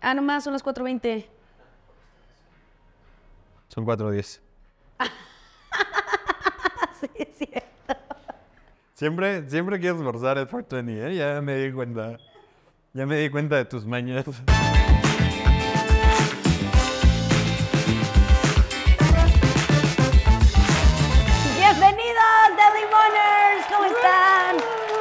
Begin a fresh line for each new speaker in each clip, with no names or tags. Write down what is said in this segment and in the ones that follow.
Ah, nomás, son las 4.20.
Son 4.10.
sí, es cierto.
Siempre, siempre quieres forzar el 420, ¿eh? Ya me di cuenta. Ya me di cuenta de tus mañas.
Bienvenidos, The Limoners. ¿Cómo están?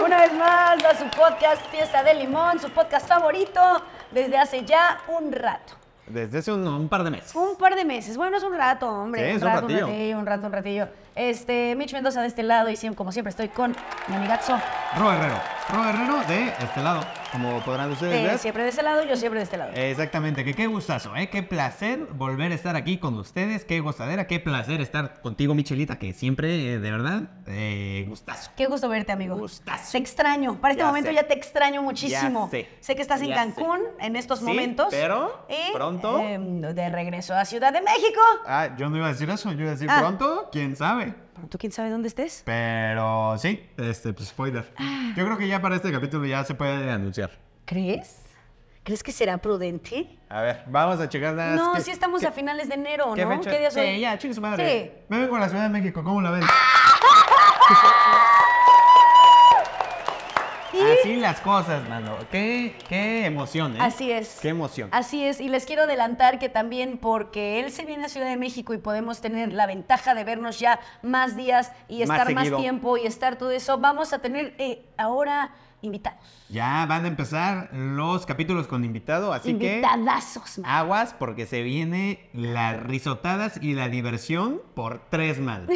Una vez más a su podcast Fiesta de Limón, su podcast favorito desde hace ya un rato.
Desde hace un, un par de meses.
Un par de meses. Bueno, es un rato, hombre.
Sí,
un
es un
rato,
ratillo.
un ratillo, un rato, un ratillo. Este, Mitch Mendoza de este lado y siempre, como siempre estoy con mi amigazo.
Ro Herrero. Ro Herrero de este lado, como podrán ustedes
Eh,
ver.
siempre de ese lado, yo siempre de este lado.
Exactamente, que qué gustazo, ¿eh? qué placer volver a estar aquí con ustedes, qué gozadera, qué placer estar contigo, Michelita, que siempre, eh, de verdad, eh, gustazo.
Qué gusto verte, amigo.
Gustazo.
Te extraño. Para este
Ya
momento
sé.
ya te extraño muchísimo.
Ya sé.
que estás en
Ya
Cancún en estos
Sí,
momentos.
pero
Y,
pronto-
eh, de regreso a Ciudad de México.
Ah, yo no iba a decir eso, yo iba a decir
Ah.
pronto, quién sabe.
Pronto, quién sabe dónde estés.
Pero sí, este, pues spoiler.
Ah.
Yo creo que ya para este capítulo ya se puede anunciar.
¿Crees? ¿Crees que será prudente?
A ver, vamos a checar las.
No,
Ah, que-
sí estamos a finales de enero,
¿Qué
¿no?
fecha?
¿Qué día
sí,
hoy?
ya, chingue su madre.
Sí.
Me vengo a la Ciudad de México, ¿cómo la ven? Ah, Así las cosas, mano. Qué, qué emoción, ¿eh?
Así es.
Qué emoción.
Así es, y les quiero adelantar que también porque él se viene a Ciudad de México y podemos tener la ventaja de vernos ya más días y
Más
estar más,
seguido.
tiempo y estar todo eso, vamos a tener eh, ahora invitados.
Ya van a empezar los capítulos con invitado, así que
Invitadazos. man.
aguas porque se viene las risotadas y la diversión por tres mal.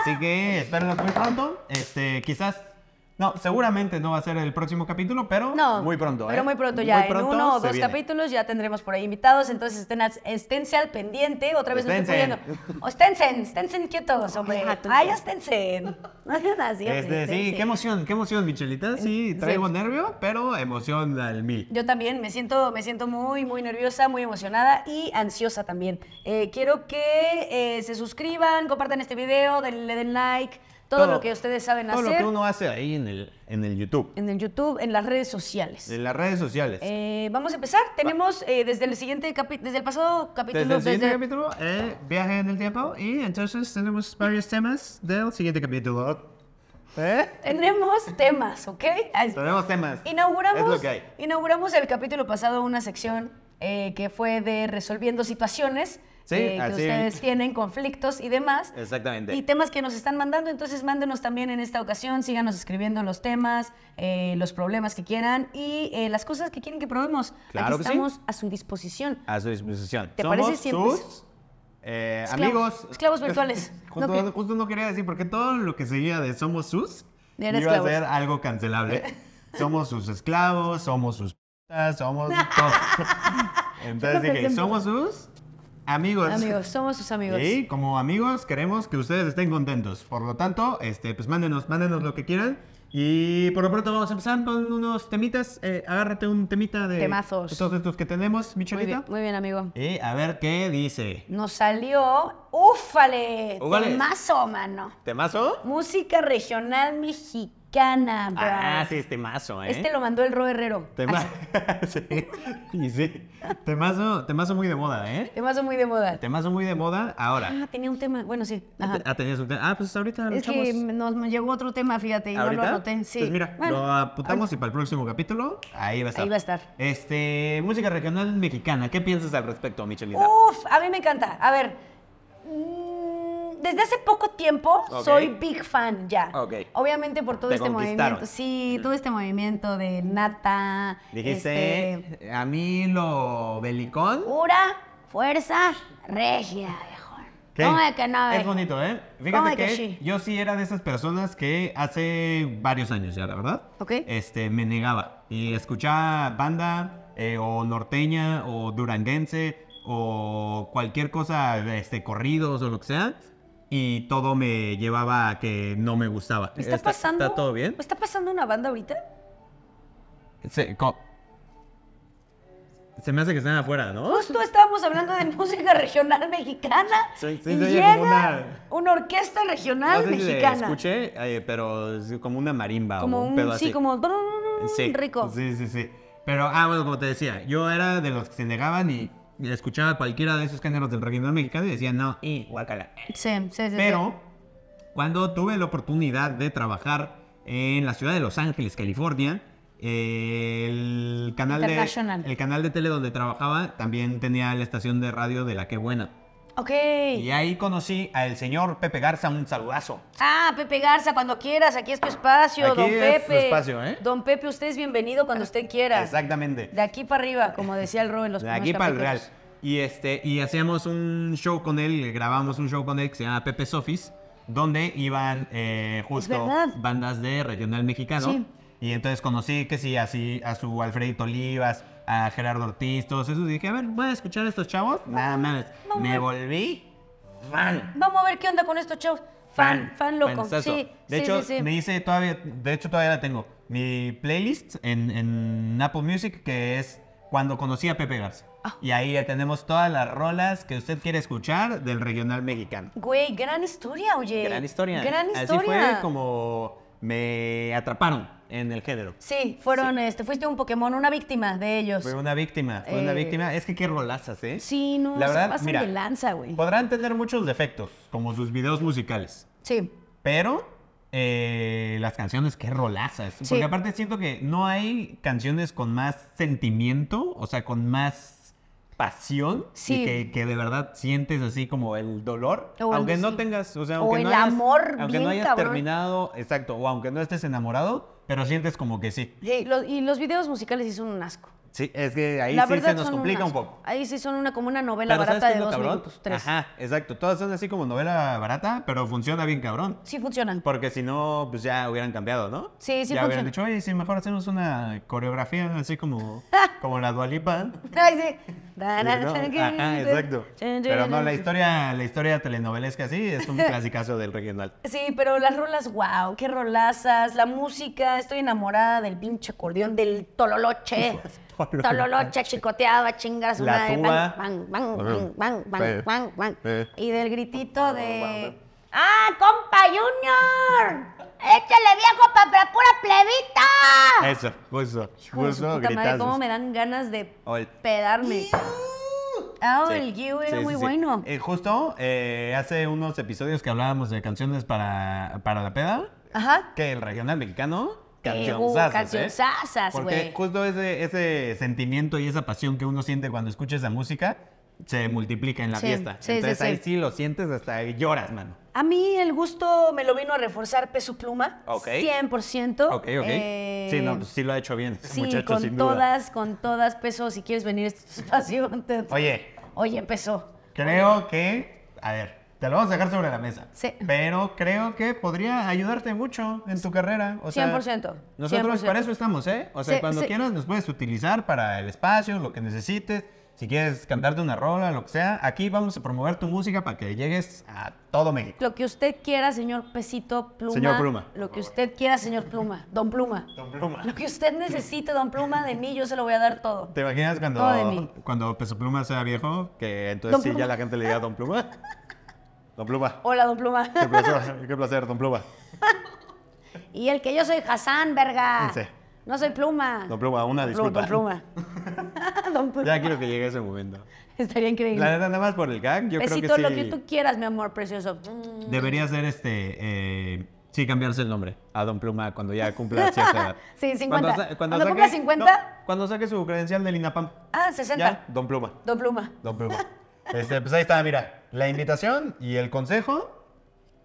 Así que espérenos muy pronto. Este, quizás. No, seguramente no va a ser el próximo capítulo, pero
No,
muy pronto.
Pero
¿eh?
muy pronto ya.
pronto
en uno o
se
dos
viene.
capítulos ya tendremos por ahí invitados. Entonces estén, al- esténse al pendiente. Otra vez me estoy
Esténse.
pidiendo. Esténse, esténse quietos, hombre.
Ay, tú-
Ay, esténse. No hagan así,
Este, sí,
esténse.
qué emoción, qué emoción, Michelita. Sí, traigo nervio, pero emoción al mil.
Yo también me siento, me siento muy, muy nerviosa, muy emocionada y ansiosa también. Eh, quiero que eh, se suscriban, compartan este video, den- le den like, todo, lo que ustedes saben
todo
hacer
lo que uno hace ahí en el, en el YouTube,
en el YouTube, en las redes sociales.
en las redes sociales.
Eh, vamos a empezar. Tenemos eh, desde el siguiente capi- desde el pasado capítulo,
Desde el siguiente
desde-
capítulo, eh, viaje en el tiempo, y entonces tenemos varios temas del siguiente capítulo. ¿Eh?
tenemos temas, ¿ok? Ay,
Tenemos temas.
Inauguramos,
Es lo que hay.
inauguramos el capítulo pasado una sección eh, que fue de resolviendo situaciones
Sí,
eh, que
así.
ustedes tienen, conflictos y demás.
Exactamente.
Y temas que nos están mandando, entonces mándenos también en esta ocasión, síganos escribiendo los temas, eh, los problemas que quieran y eh, las cosas que quieren que probemos.
Claro
Aquí
que sí.
estamos a su disposición.
a su disposición.
¿Te
Somos
parece si empe-
sus, eh,
Esclavos-
amigos.
esclavos virtuales.
Justo,
No, que-
justo no quería decir, porque todo lo que seguía de somos sus
Era
iba
esclavos.
a ser algo cancelable. somos sus esclavos, somos sus putas, somos todo. Entonces
Yo lo
dije,
pensé en-
somos sus amigos.
Amigos, somos sus amigos.
Y como amigos queremos que ustedes estén contentos. Por lo tanto, este, pues mándenos, mándenos lo que quieran. Y por lo pronto vamos a empezar con unos temitas. Eh, agárrate un temita de
Temazos.
de todos estos que tenemos,
Muy
Michelita.
bien, muy bien, amigo.
Y a ver qué dice.
Nos salió, ¡úfale!
Ufale.
Temazo, mano.
¿Temazo?
Música regional mexicana, bro.
Ah, sí, es temazo, ¿eh?
Este lo mandó el Ro Herrero.
Temazo.
Ah,
sí. Y sí. Temazo, temazo muy de moda, ¿eh?
Temazo muy de moda.
Temazo muy de moda ahora.
Ah, tenía un tema. Bueno, sí. ajá.
Ah, tenías un tema. Ah, pues ahorita lo
Es que
echamos.
me- nos me llegó otro tema, fíjate, y no lo anoté. Sí.
Pues mira,
Bueno,
lo apuntamos y para el próximo capítulo, ahí va a estar.
Ahí va a estar.
Este, música regional mexicana, ¿qué piensas al respecto, Michelita?
Uf, a mí me encanta. A ver, mm, desde hace poco tiempo
Ok.
soy big fan ya.
Ok.
Obviamente por todo
Te
este
conquistaron.
movimiento. Sí, todo este movimiento de nata.
Dijiste,
este,
a mí lo belicón.
pura fuerza regia, viejo.
¿Qué?
¿Cómo de que no,
Es
viejo?
bonito, ¿eh?
¿Cómo
Fíjate
de
que,
que sí?
yo sí era de esas personas que hace varios años ya, la verdad.
Ok.
Este, me negaba. Y escuchaba banda eh, o norteña o duranguense o cualquier cosa, este, corridos o lo que sea. Y todo me llevaba a que no me gustaba.
¿Está, pasando? Pues
¿Está todo bien?
¿Está pasando una banda ahorita?
Se, co- Se me hace que están afuera, ¿no?
Justo estábamos hablando de música regional mexicana.
Sí, sí,
y
se oye
llega
como una-
orquesta regional
No sé si se
mexicana.
escuche, eh, pero es como una marimba
como
o un,
un,
pedo
sí,
así.
como
Sí,
rico.
Sí, sí, sí. Pero, ah, bueno, como te decía, yo era de los que se negaban y y escuchaba cualquiera de esos géneros del reggaetón mexicano y decía, no, y guacala.
Sí, sí, sí.
Pero cuando tuve la oportunidad de trabajar en la ciudad de Los Ángeles, California, el canal
International.
de el canal de tele donde trabajaba también tenía la estación de radio de La Qué Buena.
sí. Ok.
Y ahí conocí al señor Pepe Garza, un saludazo.
Ah, Pepe Garza, cuando quieras, aquí es tu espacio,
Aquí
don
es
Pepe.
su espacio, ¿eh?
Don Pepe, usted es bienvenido cuando usted quiera.
Exactamente.
De aquí para arriba, como decía el Rubén los
De
primeros
aquí para el Real.
capítulos.
Y, este, y hacíamos un show con él, grabamos un show con él que se llama Pepe Sofis, donde iban eh, justo
verdad.
bandas de regional mexicano.
Sí.
Y entonces conocí que sí, así a su Alfredito Olivas, a Gerardo Ortiz, todos esos. Y dije, a ver, voy a escuchar a estos chavos. Nada más.
vamos.
Me volví fan.
Vamos a ver qué onda con estos chavos. Fan, fan, loco.
fanazazo.
Sí,
de
sí,
hecho,
sí, sí.
me hice todavía, de hecho todavía la tengo. Mi playlist en, en Apple Music que es cuando conocí a Pepe Garza.
Ah.
Y ahí ya tenemos todas las rolas que usted quiere escuchar del regional mexicano.
Güey, gran historia, oye.
Gran historia.
Gran historia.
Así fue como me atraparon en el género.
Sí, fueron, este, fuiste un Pokémon, una víctima de ellos.
Fue una víctima, fue una
Eh,
víctima. Es que qué rolazas, ¿eh?
Sí, no,
La
se
verdad,
pasan
mira,
de lanza, güey.
Podrán tener muchos defectos, como sus videos musicales.
Sí.
Pero eh, las canciones, qué rolazas.
Sí.
Porque aparte siento que no hay canciones con más sentimiento, o sea, con más pasión.
Sí.
Y que, que de verdad sientes así como el dolor.
O el-
aunque no
sí.
tengas, o sea,
O
aunque
el
no hayas,
amor
aunque
bien
no hayas
cabrón.
terminado, exacto, o aunque no estés enamorado, pero sientes como que sí.
Sí, lo- y los videos musicales sí son un asco.
Sí, es que ahí
La
sí
verdad
se nos
son
complica un
asco.
poco.
Ahí sí son una como una novela barata
qué
de
es lo
dos
cabrón?
minutos, tres.
Ajá, exacto. Todas son así como novela barata, pero funciona bien cabrón.
Sí funcionan.
Porque si no, pues ya hubieran cambiado, ¿no?
Sí, sí
Ya
funciona.
hubieran dicho, oye, si mejor hacemos una coreografía así como, como la Dualipa.
Ay, sí.
Ajá, exacto. Pero no, la historia, la historia telenovelesca así es un clasicazo del regional.
Sí, pero las rolas, wow, qué rolazas, la música, estoy enamorada del pinche acordeón, del tololoche.
Tololoche.
Tololoche chicoteado a chingar a su
La
madre.
tuba.
Bang, bang, bang, bang, bang,
Eh,
bang, bang,
eh.
Y del gritito de. ¡Ah, compa Junior! ¡Échale viejo para pura plebita!
Eso, gusto,
Hijo de su
gusto,
puta madre, ¿Cómo
pues, gritazos.
me dan ganas de
O el-
pedarme? Ah,
Sí.
el Giu
Sí,
era
sí,
muy
sí.
bueno.
Eh, justo eh, hace unos episodios que hablábamos de canciones para, para la peda,
Ajá.
que el regional mexicano,
Eh, uh,
cancionzazas, ¿eh?
cancionzazas,
Porque
güey.
justo ese, ese sentimiento y esa pasión que uno siente cuando escucha esa música se multiplica en la
Sí,
fiesta.
sí, sí,
Entonces
sí.
ahí sí lo sientes hasta lloras, mano.
A mí el gusto me lo vino a reforzar Peso Pluma.
Ok.
100%.
Ok, ok.
Eh,
sí, no, pues sí lo ha hecho bien,
sí,
muchacho,
con
sin duda.
todas, con todas, Peso, si quieres venir a este espacio. te-
Oye,
Oye, Peso.
creo que. A ver, te lo vamos a dejar sobre la mesa.
Sí.
Pero creo que podría ayudarte mucho en tu carrera. O sea,
100%,
Nosotros
100%.
para eso estamos, ¿eh? O sea,
Sí,
cuando
sí.
quieras nos puedes utilizar para el espacio, lo que necesites. Si quieres cantarte una rola, lo que sea, aquí vamos a promover tu música para que llegues a todo México.
Lo que usted quiera, señor Pesito Pluma.
Señor Pluma.
Lo que usted quiera, señor Pluma. Don Pluma.
Don Pluma.
Lo que usted necesite, don Pluma, de mí, yo se lo voy a dar todo.
¿Te imaginas cuando,
Todo de mí.
cuando Peso Pluma sea viejo? Que entonces
Don
sí,
Pluma.
ya la gente le diga Don Pluma. Don Pluma.
Hola, don Pluma.
Qué placer, qué placer, Don Pluma.
Y el que yo soy Hassan, verga.
Sí.
No soy Pluma.
Don Pluma, una
Plu-
disculpa.
Don Pluma. Don Pluma.
Ya quiero que llegue ese momento.
Estaría increíble.
La neta, nada más por el gag, yo
Besito,
creo
lo
que
que
sí.
tú quieras, mi amor precioso.
Debería ser este. eh, sí, cambiarse el nombre a Don Pluma cuando ya cumpla cierta edad.
Sí, 50.
sa-
Cuando cumpla 50.
no, cuando saque su credencial del INAPAM.
Ah, 60.
Ya, Don Pluma.
Don Pluma.
Don Pluma. Este, pues ahí está, mira. La invitación y el consejo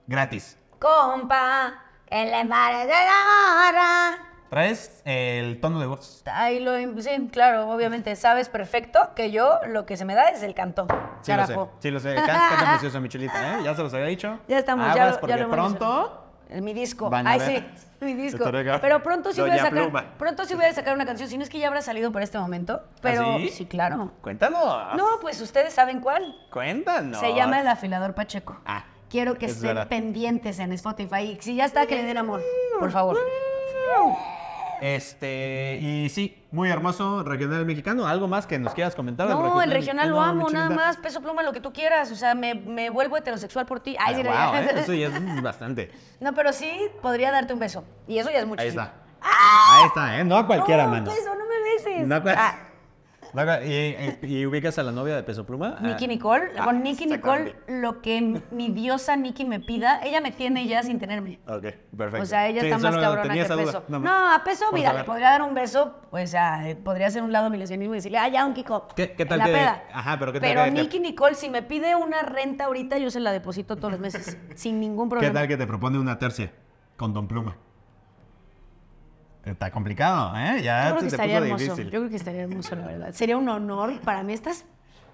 gratis.
Compa, que le parece la hora.
Traes el tono de voz.
Ahí lo. Sí, claro, obviamente. Sabes perfecto que yo lo que se me da es el canto.
Sí lo sé,
Carajo.
sí lo sé. Can- Canta precioso, mi chulita, ¿eh? Ya se los había dicho.
Ya estamos, ya,
Aguas
lo-
porque
ya lo hemos
pronto...
mencionado. En mi disco.
van a
Ay, sí,
ver.
mi disco.
Estaré acá.
Pero pronto sí voy a
Doña
sacar.
Pluma. ¿Ah,
Pronto sí voy a sacar una canción. Si no es que ya habrá salido por este momento. Pero
sí? Ah.
claro.
Cuéntanos.
No, pues ustedes saben cuál.
Cuéntanos.
Se llama El Afilador Pacheco.
Ah,
Quiero que
es
estén
verdad.
pendientes en Spotify. Y Si ya está, que le den amor, por favor.
Este, y sí, muy hermoso regional mexicano. ¿Algo más que nos quieras comentar? del
No, el regional lo
mexicano,
amo,
mi
nada
chulita?
más. Peso pluma, lo que tú quieras. O sea, me, me vuelvo heterosexual por ti. Ay, sí,
Ah, wow,
ya.
¿eh? Eso ya es bastante.
No, pero sí podría darte un beso. Y eso ya es muchísimo.
Ahí está. Ahí está, ¿eh? No a cualquiera,
¡Ah! no,
mano.
un beso, no me beses. dices?
No, pues.
Ah,
Luego, ¿Y, y- y ubicas a la novia de Peso Pluma? Ah,
Nicky Nicole.
ah,
con Nicky Nicole,
exactamente.
lo que m- mi diosa Nicky me pida, ella me tiene ya sin tenerme.
Ok, perfecto.
O sea, ella
Sí,
está más
solo
cabrona
tenía
que
esa duda, pues,
peso.
nada más.
No, a peso,
Por
mira, le
saber.
podría dar un beso, pues ya, eh, podría ser un lado milesionismo y decirle, ah, ya, un Kiko.
¿Qué- qué
en
tal
la
que-
peda.
ajá, pero qué tal
Pero
que te-
Nicky Nicole, si me pide una renta ahorita, yo se la deposito todos los meses, sin ningún
¿Qué
problema.
tal que te propone una tercia con Don Pluma? Está complicado, ¿eh?
Yo
Ya
creo que
se te
estaría
puso
hermoso.
difícil.
Yo creo que estaría hermoso, la verdad. Sería un honor para mí. Estás,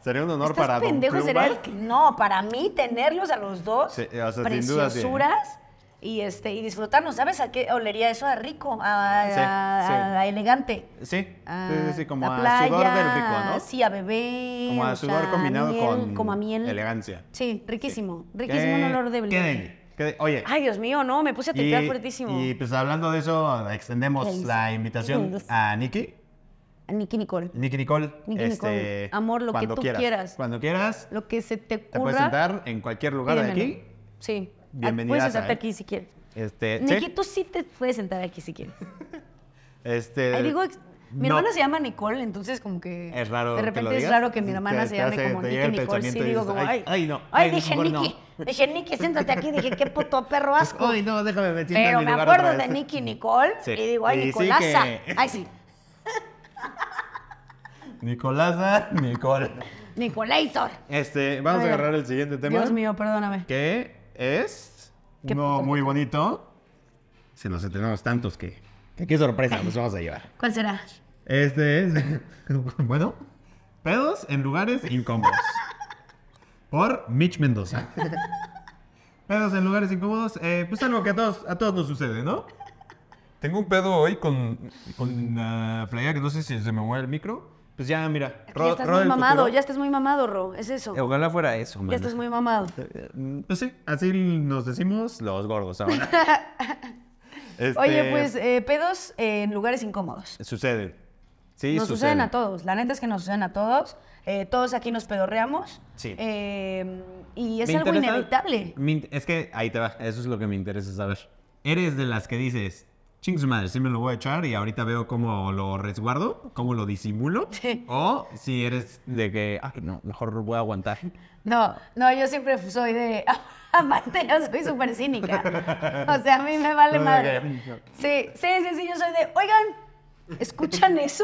Sería un honor
estás
para Don
pendejo.
Pluma.
Sería el- no, para mí tenerlos a los dos.
Sí, o sea, sin duda, sí.
preciosuras. Y, este, y disfrutarnos, ¿sabes a qué olería eso? A rico, a,
Sí,
a-
sí.
a elegante.
Sí, sí,
a
sí, sí, como
Ah, la
a
playa,
sudor del rico, ¿no?
Sí, a beber.
Como a
o
sudor
sea,
combinado
miel,
con
como a miel.
elegancia.
Sí, riquísimo. Riquísimo un
Eh,
olor de
qué deli, qué de- Oye.
Ay, Dios mío, no, me puse a tripear fuertísimo.
y, pues hablando de eso, extendemos
Delicioso.
la invitación a Nicky.
A Nicky Nicole.
Nicky Nicole.
Nicky
este,
Nicole, amor, lo que
cuando
tú quieras.
Cuando quieras,
Lo que se te ocurra.
te puedes sentar en cualquier lugar de
pídemelo.
aquí.
Sí. Ah,
Bienvenidaza,
Puedes sentarte
¿eh?
aquí si quieres.
Este, ¿sí?
Nicky, tú sí te puedes sentar aquí si quieres.
Este,
Ahí digo, ex- mi
no.
hermana se llama Nicole, entonces como que...
Es raro
De
que
repente
lo
es
digas.
raro que mi hermana
Te-
se
te
llame
hace-
como
te
Nicky
llega el
Nicole. Sí,
pensamiento y
digo
dices,
como,
"Ay,
ay,
ay, no,
Ay,
ay,
dije
mejor no".
Nicky, dije Nicky, siéntate aquí. Dije, qué puto perro asco.
Pues, Ay, no, déjame me siento en
Pero
mi
me
lugar otra
acuerdo de
vez.
Nicky Nicole
Sí.
y digo, ay,
Y sí
Nicolasa.
que-
Ay, sí,
Nicolasa, Nicole.
Nicolator.
Este, vamos a
Oiga.
agarrar el siguiente tema.
Dios mío, perdóname.
Que es
Qué
uno
puto
muy bonito. Se nos entrenamos tantos que, que qué sorpresa nos vamos a llevar.
¿Cuál será?
Este es, bueno, pedos en lugares incómodos. Por Mitch Mendoza. Pedos en lugares incómodos, eh, pues algo que a todos, a todos nos sucede, ¿no? Tengo un pedo hoy con, con la playa que no sé si se me mueve el micro. Pues ya, mira.
Es que
Ro-
ya estás
Ro
muy
del
mamado,
futuro.
ya estás muy mamado, Ro. Es eso.
Eh, Ojalá fuera eso,
Ya
mano.
estás muy mamado.
Eh, Pues sí, así nos decimos los gordos ahora. Este,
Oye, pues eh, pedos en lugares incómodos.
Sucede. Sí,
nos
sucede.
suceden a todos. La neta es que nos suceden a todos. Eh, todos aquí nos pedorreamos.
Sí.
Eh, y es
Me
algo
interesa-
inevitable.
me in- es que ahí te va, eso es lo que me interesa saber. ¿Eres de las que dices, ching su madre, sí me lo voy a echar y ahorita veo cómo lo resguardo, cómo lo disimulo?
Sí.
O si eres de que, ay, no, mejor voy a aguantar.
No, no, yo siempre soy de. Aparte, yo soy súper cínica. O sea, a mí me vale
Ok.
madre. Sí, sí, sí, sí, yo soy de. Oigan, ¿escuchan eso?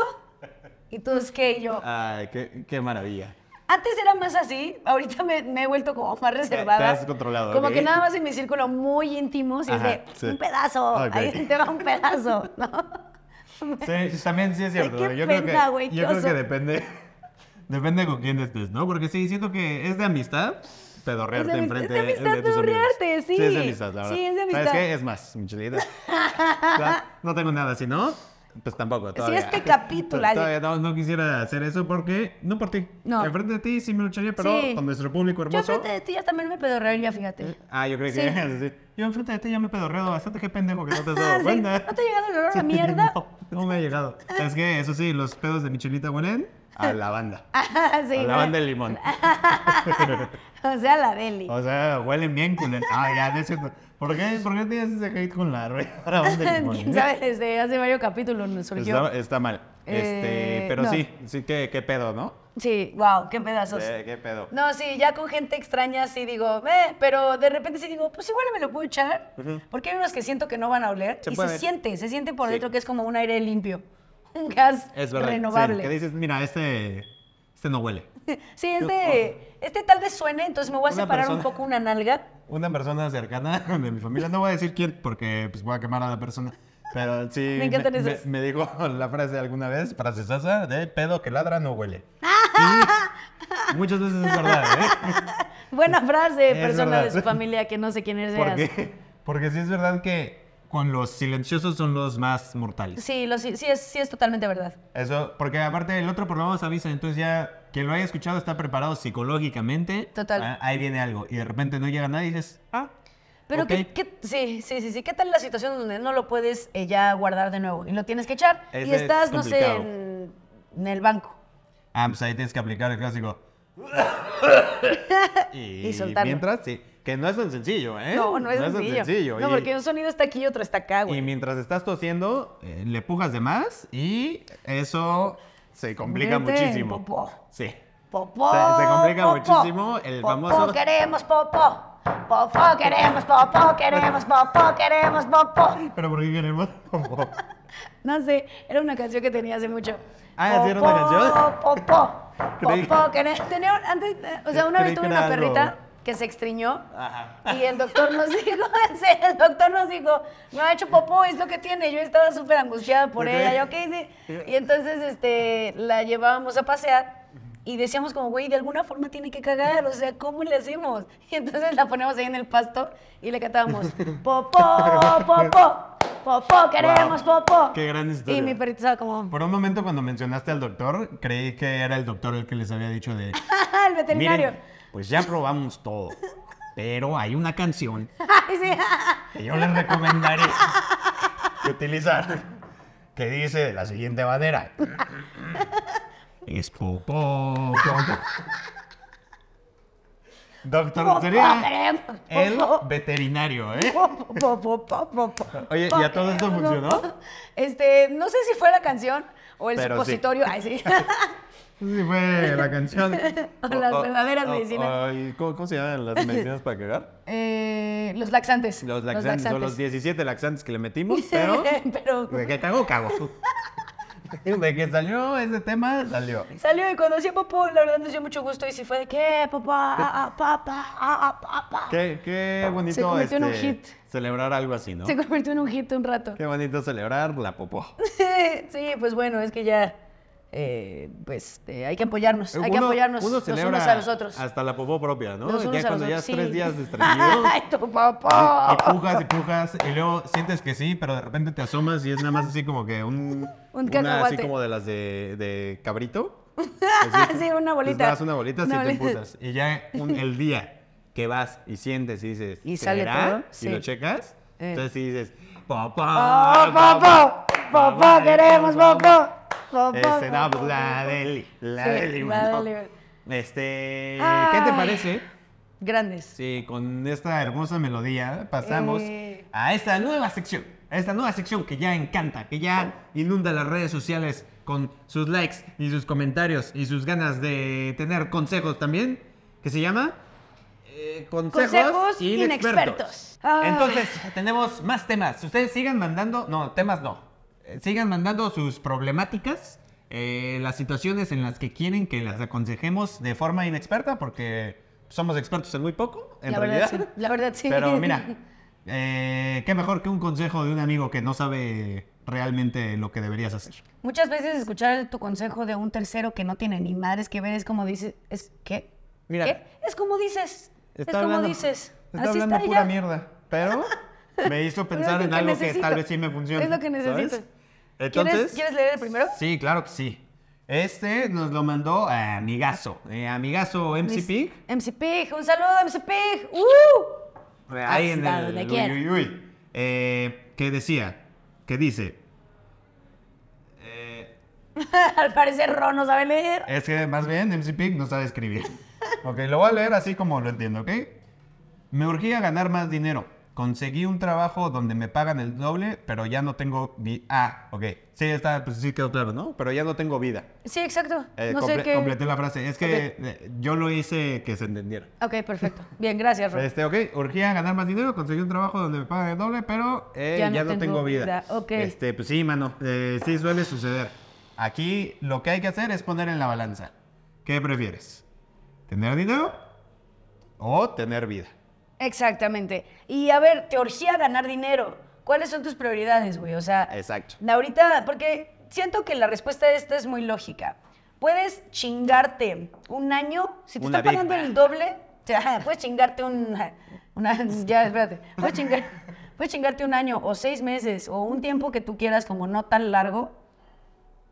Y tú es que yo.
Ay, qué, qué maravilla.
Antes era más así, ahorita me, me he vuelto como más reservada.
te has controlado,
Como
ok.
que nada más en mi círculo muy íntimo, si es
Ajá,
de
sí.
un pedazo,
Ok.
ahí te va un pedazo, ¿no?
Sí, también sí es cierto.
qué
yo creo
pena,
que,
güey, qué
yo creo
oso.
que depende, depende con quién estés, ¿no? Porque sí, siento que es de amistad pedorrearte
Es de amist-
enfrente
es de amistad
de tus amigos.
pedorrearte, sí.
Sí, es de amistad, la verdad.
Sí, es de
¿Sabes
amistad.
qué? Es más, Michelita. O sea, no tengo nada, si no, pues tampoco. Todavía.
este capítulo, Ale.
Todavía no, no quisiera hacer eso porque, no por ti.
No.
Enfrente de ti sí me lucharía, pero
Sí.
con nuestro público
Yo
hermoso.
frente de ti ya también me pedorrearía, fíjate.
Ah, yo creo que
Sí.
sí. Yo enfrente de ti ya me pedorreo bastante, qué pendejo que no te has
Ah,
dado
sí,
cuenta.
¿No te ha llegado el olor a mierda?
No, no me ha llegado. Es que, eso sí, los pedos de Michelita huelen a lavanda.
Ah, sí, Ah.
a
¿no?
lavanda y limón.
O sea, la deli.
O sea, huelen bien culero. Ah, ya, de eso. ¿Por qué, ¿Por qué tienes ese hate con la re- lavanda y limón?
¿Quién sabe? Desde hace varios capítulos nos surgió.
Está, está mal.
Eh,
Este, pero
no.
sí, sí que qué pedo, ¿no?
Sí, wow, qué pedazos.
Eh, qué pedo.
No, sí, ya con gente extraña sí digo, eh, pero de repente sí digo, pues igual me lo puedo echar. Porque hay unos que siento que no van a oler
Se
y
puede.
se siente, se siente por
Sí.
dentro que es como un aire limpio, un gas
Es verdad. sí, que
renovable.
dices, mira, este, este no huele.
Sí, este, este tal vez suene, entonces me voy a
Una
separar un
persona-
poco una nalga.
Una persona cercana de mi familia, no voy a decir quién porque pues voy a quemar a la persona. Pero sí,
Me encantan
me,
esas.
me dijo la frase alguna vez, frase sasa, de pedo que ladra no huele. Y muchas veces es verdad, ¿eh?
Buena frase,
Es
persona de
verdad.
su familia que no sé quién eres.
Porque, porque sí es verdad que con los silenciosos son los más mortales.
Sí, lo, sí, sí es, sí es totalmente verdad.
Eso, porque aparte el otro programa nos avisa, entonces ya quien lo haya escuchado está preparado psicológicamente.
Total.
Ah, ahí viene algo. Y de repente no llega nadie y dices, ah,
Pero
ok.
¿qué, qué- sí, sí, sí, sí, ¿qué tal la situación donde no lo puedes eh, ya guardar de nuevo y lo tienes que echar
Ese
y
es
estás, no sé,
complicado.
en, en el banco?
Ah, pues ahí tienes que aplicar el clásico. y,
Y soltarlo.
Mientras, sí. Que no es tan sencillo, ¿eh?
No, no es sencillo.
tan sencillo.
No,
Y-
porque un sonido está aquí y otro está acá,
Y
güey.
mientras estás tosiendo, eh, le pujas de más y eso se complica
Convierte en
muchísimo.
popó.
Sí.
Popó,
se- se complica
popó.
muchísimo el
Popó,
famoso-
queremos popó. Popó queremos, popó queremos, popó queremos, popó.
Pero ¿por qué queremos?
No sé, era una canción que tenía hace mucho.
Ah, ¿sí era una canción?
Popó,
Creí-
popó, que ne- tenía un- antes, eh, o sea, una
Creí
vez
que
tuve
era
una
algo-
perrita que se extriñó
Ajá.
y el doctor nos dijo, sí, el doctor nos dijo, no ha hecho popó, es lo que tiene. Yo estaba súper angustiada por
Ok.
ella, yo qué hice. Y entonces este, la llevábamos a pasear y decíamos como, güey, de alguna forma tiene que cagar, o sea, ¿cómo le hacemos? Y entonces la poníamos ahí en el pasto y le cantábamos, popó, popó. Popó, queremos
Wow.
popó.
Qué gran historia.
Y mi perrito estaba como,
Por un momento cuando mencionaste al doctor, creí que era el doctor el que les había dicho de...
"Ah, el veterinario.
Miren, pues ya probamos todo, pero hay una canción
Ay, sí, ah,
que yo les recomendaré que utilizar, que dice de la siguiente manera. Es popó, popó. Doctor,
popó,
sería
queremos
el
popó.
veterinario, ¿eh?
Po, po, po, po, po.
Oye,
Po,
¿y a todo esto
queremos
funcionó?
popó. Este, no sé si fue la canción o el
Pero sí.
supositorio. Ay, sí.
Sí, fue la canción.
O
Oh,
las verdaderas medicinas.
Ah, ay, ¿cómo, cómo se llaman las medicinas para cagar?
Eh, los laxantes.
Los laxantes, son los 17 laxantes que le metimos, pero...
Pero,
¿De qué cago, cago? De que salió ese tema, salió.
salió y cuando hacía popó, la verdad nos dio mucho gusto. Y si fue de qué, papá, ah, ah, papá, ah, ah, papá.
Qué, qué bonito
Se convirtió en un
este,
hit.
celebrar algo así, ¿no?
Se convirtió en un hit un rato.
Qué bonito celebrar la popó.
Sí, pues bueno, es que ya. eh, pues eh, hay que apoyarnos. hay que
Uno-
apoyarnos
uno
los
celebra
unos a los otros.
Hasta la popó propia, ¿no?
Los
ya
unos a
cuando
los
ya
otros,
tres
sí.
días de estreñido,
¡Ay, tu papá!
y- y pujas y pujas, y luego sientes que sí, pero de repente te asomas y es nada más así como que un...
Un
una así
cacahuate.
como de las de, de cabrito.
sí, una
Pues
bolita.
das una bolita,
Una
si te
bolita.
emputas. Y ya un- el día que vas y sientes y dices,
Y sale
¿será?
todo,
Y
sí.
lo checas,
Eh.
entonces sí dices, papá, Ah,
¡Oh, papá! ¡Papá, queremos papá! ¡Papá!
Este, no,
papá,
pues la
papá.
deli, la
Sí,
deli,
la
bueno.
deli.
Este, ¿qué
Ay.
te parece
Grandes.
si con esta hermosa melodía pasamos
Eh.
a esta nueva sección? A esta nueva sección que ya encanta, que ya inunda las redes sociales con sus likes y sus comentarios y sus ganas de tener consejos también, que se llama eh, Consejos,
Consejos
Inexpertos.
Inexpertos. Ay.
Entonces, tenemos más temas. Ustedes sigan mandando, no, temas no. Eh, Sigan mandando sus problemáticas, eh, las situaciones en las que quieren que las aconsejemos de forma inexperta, porque somos expertos en muy poco, en
la
realidad.
Verdad, sí. La verdad, sí.
Pero mira, eh, qué mejor que un consejo de un amigo que no sabe realmente lo que deberías hacer.
Muchas veces escuchar tu consejo de un tercero que no tiene ni madres que ver es como dices. ¿Es qué?
Mira.
¿Qué? Es como dices.
Está
es como
hablando-
dices.
Está
Así
hablando
está
pura
ella.
mierda. Pero me hizo pensar
que
en algo que
necesito.
tal vez sí me funcione.
Es lo que
¿sabes?
necesito.
Entonces,
¿Quieres, ¿Quieres leer el primero?
Sí, claro que sí. Este nos lo mandó a Amigazo. Eh, amigazo MC Pig.
MC Pig, un saludo MC Pig. ¡Uh!
Ahí en
está,
el.
donde
uy,
quiera.
uy, uy. Eh, que decía, que dice. eh,
Al parecer Ron no sabe leer.
Es que más bien MC Pig no sabe escribir. Ok, lo voy a leer así como lo entiendo, ¿ok? Me urgía ganar más dinero. Conseguí un trabajo donde me pagan el doble, pero ya no tengo vi- Ah, ok. Sí, está, pues sí quedó claro, ¿no? Pero ya no tengo vida.
Sí, exacto.
Eh,
no
comple-
sé qué.
Completé la frase. Es que eh, yo lo hice que se entendiera.
Ok, perfecto. Bien, gracias, Ron.
Este, ok, urgía ganar más dinero, conseguí un trabajo donde me pagan el doble, pero eh, ya, no tengo, vida.
ok.
Este, pues sí, mano, eh, sí suele suceder. Aquí lo que hay que hacer es poner en la balanza. ¿Qué prefieres? ¿Tener dinero o tener vida?
Exactamente. Y a ver, te orgía ganar dinero. ¿Cuáles son tus prioridades, güey? O sea,
Exacto.
ahorita, porque siento que la respuesta a esta es muy lógica. Puedes chingarte un año, si te
Una
están pagando
vida.
el doble, o sea, puedes chingarte un... Una, ya, espérate. Puedes, chingar- puedes chingarte un año o seis meses o un tiempo que tú quieras como no tan largo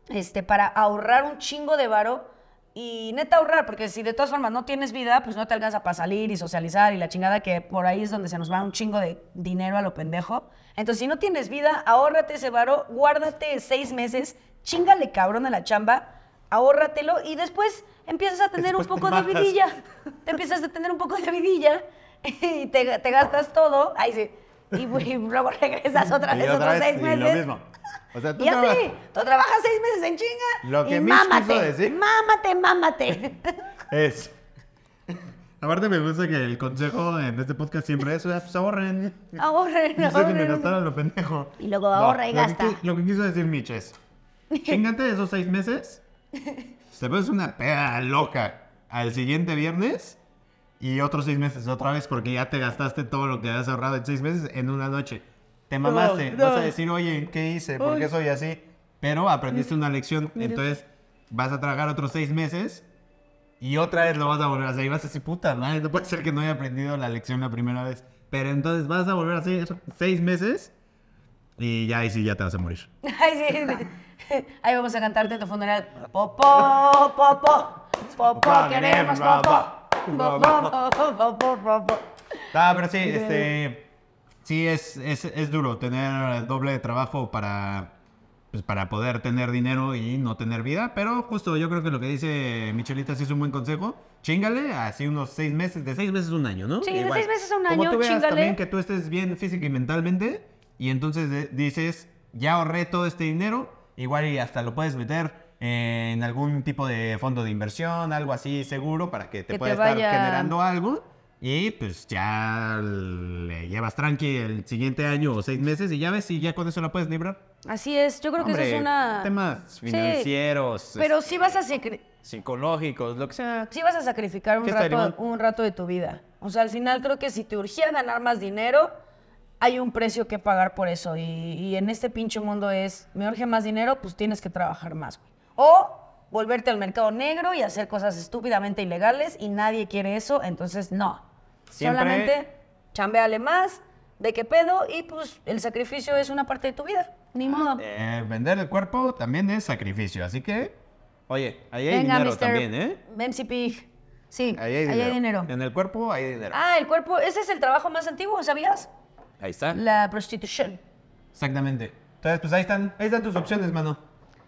este, para ahorrar un chingo de varo y neta ahorrar, porque si de todas formas no tienes vida, pues no te alcanza para salir y socializar y la chingada que por ahí es donde se nos va un chingo de dinero a lo pendejo. Entonces, si no tienes vida, ahórrate ese varo, guárdate seis meses, chingale cabrón a la chamba, ahórratelo y después empiezas a tener
Después te
un poco de
matas.
vidilla. Te empiezas a tener un poco de vidilla y te, te gastas todo, ahí sí, y, y luego regresas otra
Y
vez
otra
otros
vez,
seis
y
meses.
lo mismo. O sea, tú
Y
trabajas-
así, tú trabajas seis meses en chinga
Lo que
y
Mitch quiso
mámate,
decir.
mámate, mámate.
Es.
Aparte me gusta que el consejo en este podcast siempre es, "Ah, pues ahorren.
Ahorren,
No se me
ahorren.
gastaron lo pendejo.
Y luego ahorra y
lo que
gasta.
qui- lo que quiso decir Mitch es, chingate esos seis meses, te pones una peda loca al siguiente viernes y otros seis meses otra vez porque ya te gastaste todo lo que habías ahorrado en seis meses en una noche. Te mamaste,
no.
vas a decir, oye, ¿qué hice? ¿Por qué soy así? Pero aprendiste una lección, entonces vas a tragar otros seis meses y otra vez lo vas a volver a hacer. Y vas a decir, puta madre, no puede ser que no haya aprendido la lección la primera vez. Pero entonces vas a volver a hacer eso seis meses y ya ahí sí ya te vas a morir.
Ay, sí. Ahí vamos a cantarte en tu funeral. Popó, popó, popó, queremos popó. Popó, popó, popó, popó.
Ah, pero sí, este. Sí, es, es, es duro tener doble trabajo para. Pues para poder tener dinero y no tener vida. Pero justo yo creo que lo que dice Michelita sí es un buen consejo. Chingale, así unos seis meses. De seis meses a un año, ¿no?
Sí, de
Igual.
seis meses a un
Como
año,
tú veas
chíngale.
también que tú estés bien física y mentalmente. Y entonces de- dices, ya ahorré todo este dinero. Igual y hasta lo puedes meter en algún tipo de fondo de inversión, algo así seguro, para que te
Que te
pueda
vaya-
estar generando algo y pues ya le llevas tranqui el siguiente año o seis meses y ya ves y ya con eso la puedes librar.
Así es, yo creo que eso
Hombre,
es una...
Temas
Sí,
financieros,
Pero sí vas, a sacri-
psicológicos, lo que sea.
sí vas a sacrificar un
¿Qué está, Iván?
rato, un rato de tu vida. O sea, al final creo que si te urgía ganar más dinero, hay un precio que pagar por eso. Y, y en este pinche mundo es, me urge más dinero, pues tienes que trabajar más, güey. O volverte al mercado negro y hacer cosas estúpidamente ilegales y nadie quiere eso, entonces no.
Siempre-
Solamente chambeale más, de qué pedo, y pues el sacrificio es una parte de tu vida. Ni modo.
Eh, vender el cuerpo también es sacrificio, así que... Oye, ahí
Mr. MC Pig. Sí,
¿eh? Ahí hay dinero. En el cuerpo hay dinero.
Ah, el cuerpo, ese es el trabajo más antiguo, ¿sabías?
Ahí está.
La prostitución.
Exactamente. Entonces, pues ahí están, ahí están tus opciones, mano.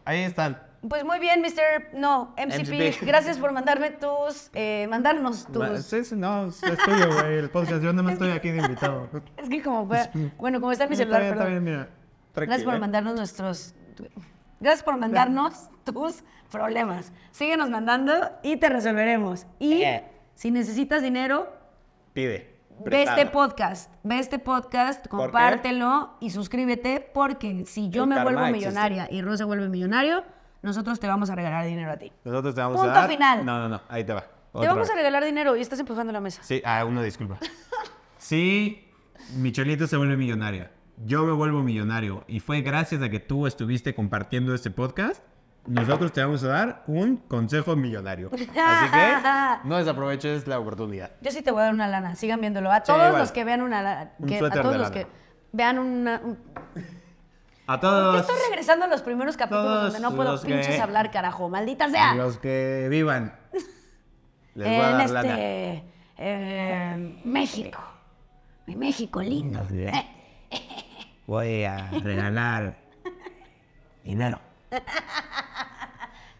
Ahí están.
Pues muy bien, Mr. No,
MC
MCP,
Pig.
gracias por mandarme tus, eh, mandarnos tus.
Sí, sí, no, es es tuyo, güey, el podcast. Yo nada más estoy aquí de invitado.
Es que como fue, bueno, como está en mi
Está
celular,
bien, está
perdón.
bien, mira.
Gracias
Tranquila.
por mandarnos nuestros, gracias por mandarnos tus problemas. Síguenos mandando y te resolveremos. Y si necesitas dinero,
Pide.
Ve este podcast, ve este podcast,
qué?
compártelo y suscríbete porque si yo
El
me
karma
vuelvo
existe.
millonaria y Ro se vuelve millonario, nosotros te vamos a regalar dinero a ti.
Nosotros te vamos
Punto
a dar.
final.
No, no, no. Ahí te va.
Te
Otra
vamos
vez.
a regalar dinero y estás empujando la mesa.
Sí, ah, una disculpa. Sí, Michelito se vuelve millonaria. Yo me vuelvo millonario. Y fue gracias a que tú estuviste compartiendo este podcast. Nosotros te vamos a dar un consejo millonario.
Así que no desaproveches la oportunidad.
Yo sí te voy a dar una lana, sigan viéndolo. A todos
igual.
los que vean una lana,
Un
que- a
suéter
todos
de
los
lana.
que vean una... un- ¿Por qué
A todos
estoy regresando a los primeros capítulos
todos
donde no puedo
los que-
pinches hablar, carajo? Maldita sea.
los que vivan.
Les voy a
en
dar lana.
este eh, México. Mi México lindo.
Voy a regalar dinero.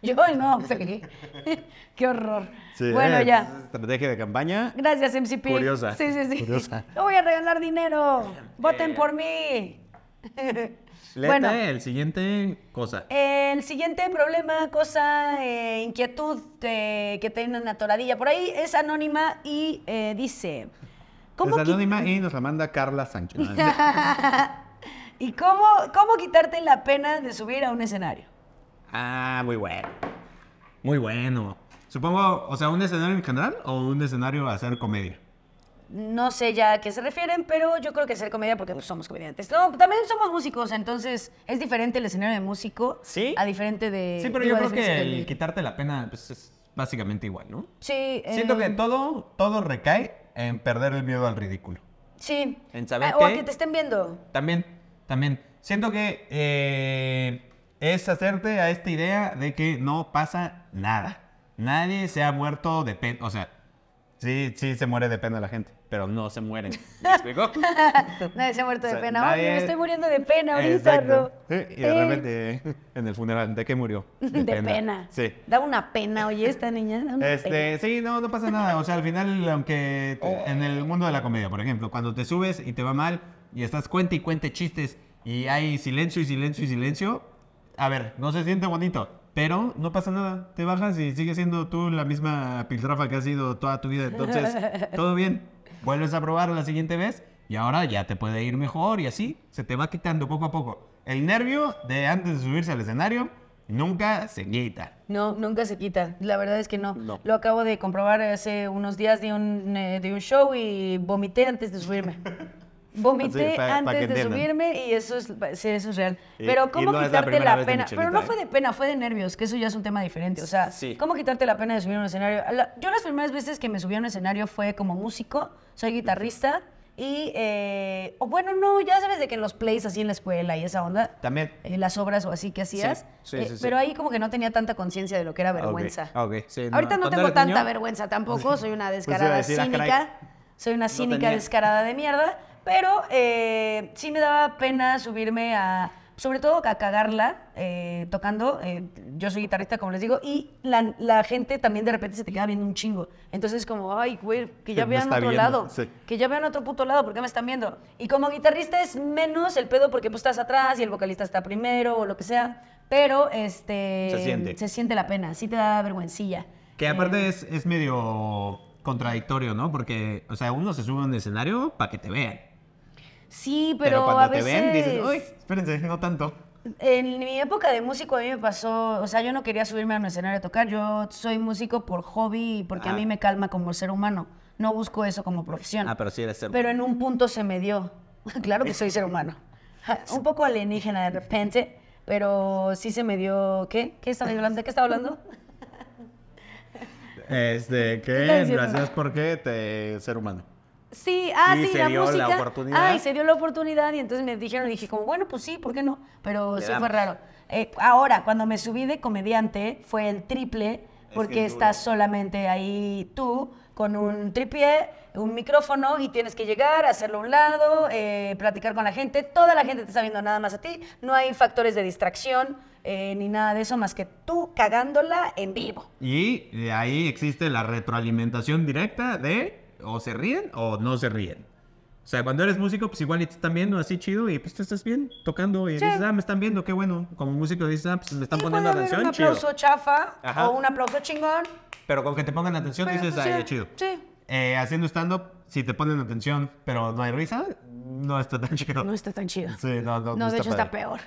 Yo no, Feli. Qué horror.
Sí,
bueno,
eh,
ya.
Estrategia de campaña.
Gracias, MCP.
Curiosa,
Sí, sí, sí.
curiosa.
Yo voy a regalar dinero. Voten
Eh.
por mí.
Léete
bueno,
el siguiente cosa.
el siguiente problema, cosa, eh, inquietud eh, que, que tengan atoradilla por ahí es anónima y eh, dice:
Es
¿Cómo qui-
anónima y nos la manda Carla Sánchez.
¿Y cómo, cómo quitarte la pena de subir a un escenario?
Ah, muy bueno. Muy bueno. Supongo, o sea, un escenario en general o un escenario a hacer comedia.
No sé ya a qué se refieren, pero yo creo que ser comedia porque pues, somos comediantes. No, también somos músicos, entonces es diferente el escenario de músico
Sí.
a diferente de...
Sí, pero
Eh, digo,
yo
a
creo que
diferencia del-
el quitarte la pena pues, es básicamente igual, ¿no?
Sí.
Siento
eh,
que todo, todo recae en perder el miedo al ridículo.
Sí.
en saber
Ah, O a
qué-
que te estén viendo.
También, también. Siento que eh, es hacerte a esta idea de que no pasa nada. Nadie se ha muerto de pena. O sea, se-
Sí, sí, se muere de pena la gente, pero no se mueren. ¿Me explico?
Nadie se ha muerto
O
de
sea,
pena.
nadie-
Ay, me estoy muriendo de pena ahorita,
Exacto.
Ro.
Sí, Y
Eh,
de repente, en el funeral, ¿de qué murió?
De pena.
Sí.
Da una pena, oye, esta niña. Da una pena.
Este, sí, no, no pasa nada. O sea, al final, aunque te- en el mundo de la comedia, por ejemplo, cuando te subes y te va mal y estás cuente y cuente chistes y hay silencio y silencio y silencio, a ver, no se siente bonito, pero no pasa nada. Te bajas y sigues siendo tú la misma piltrafa que has sido toda tu vida. Entonces, todo bien. Vuelves a probar la siguiente vez y ahora ya te puede ir mejor y así se te va quitando poco a poco. El nervio de antes de subirse al escenario nunca se quita.
No, nunca se quita. La verdad es que no.
No.
Lo acabo de comprobar hace unos días de un, eh, de un show y vomité antes de subirme. Vomité
Sí, pa- pa'
antes
que
de
entiendan.
subirme y eso es, sí, eso es real.
Y-
Pero
y
¿cómo
no es la
quitarte
primera
la,
vez de
pena?
Michelita,
Pero no
¿eh?
fue de pena, fue de nervios, que eso ya es un tema diferente. O sea,
Sí.
¿cómo quitarte la pena de subir a un escenario? La- Yo las primeras veces que me subí a un escenario fue como músico, soy guitarrista y, eh, o bueno, no, ya sabes de que en los plays así en la escuela y esa onda,
También.
eh, las obras o así que hacías.
sí,
eh,
sí, sí.
pero ahí como que no tenía tanta conciencia de lo que era vergüenza.
Ah, ok. Sí,
Ahorita no
cuando
tengo
eres
tanta
niño,
vergüenza tampoco, soy una
iba a
descarada
decir, ah, caray.
cínica. Soy una cínica
tenía.
descarada de mierda, pero eh, sí me daba pena subirme a, sobre todo a cagarla eh, tocando. eh, yo soy guitarrista, como les digo, y la, la gente también de repente se te queda viendo un chingo. Entonces como, ay, güey, que ya
Me
vean
está
otro
viendo,
lado.
sí.
Que ya vean otro puto lado, ¿por qué me están viendo? Y como guitarrista es menos el pedo porque pues estás atrás y el vocalista está primero o lo que sea. Pero este
Se siente.
se siente la pena, sí te da vergüencilla.
Eh.
Eh,
Que aparte es, es medio contradictorio, ¿no? Porque, o sea, uno se sube a un escenario para que te vean.
Sí, pero,
Pero,
a
cuando te
veces
ven, dices, uy, espérense, no tanto.
En mi época de músico a mí me pasó, o sea, yo no quería subirme a un escenario a tocar, yo soy músico por hobby y porque a
Ah.
mí me calma como ser humano, no busco eso como profesión.
Ah, pero sí eres ser
Pero en un punto se me dio, claro que soy ser humano, un poco alienígena de repente, pero sí se me dio, ¿qué? ¿Qué estaba hablando? ¿De qué estaba hablando?
Este, que
estás diciendo?
gracias porque te ser humano.
Sí, ah,
Y
sí,
se
la
dio la
música.
oportunidad.
Ay, se dio la oportunidad y entonces me dijeron, y dije como, bueno, pues sí, ¿por qué no? Pero
Le
sí fue
damos.
raro. Eh, ahora, cuando me subí de comediante, fue el triple, porque
es
estás solamente ahí tú, con un tripié, un micrófono, y tienes que llegar, hacerlo a un lado, eh, platicar con la gente. Toda la gente te está viendo nada más a ti. No hay factores de distracción eh, ni nada de eso más que tú cagándola en vivo.
Y de ahí existe la retroalimentación directa de o se ríen o no se ríen. O sea, cuando eres músico, pues igual y te están viendo así chido y pues tú estás bien tocando y
Sí.
dices, ah, me están viendo, qué bueno. Como músico dices, ah, pues me están
Sí, puede
poniendo
haber
atención,
un
chido.
aplauso chafa
Ajá.
o un aplauso chingón.
Pero con que te pongan atención
Pero,
dices,
pues,
ah,
sí,
ya chido.
sí.
Eh, haciendo stand-up, si te ponen atención, pero no hay risa, no está tan chido.
No está tan chido.
Sí, no, no,
no,
no
de hecho está
padre.
peor.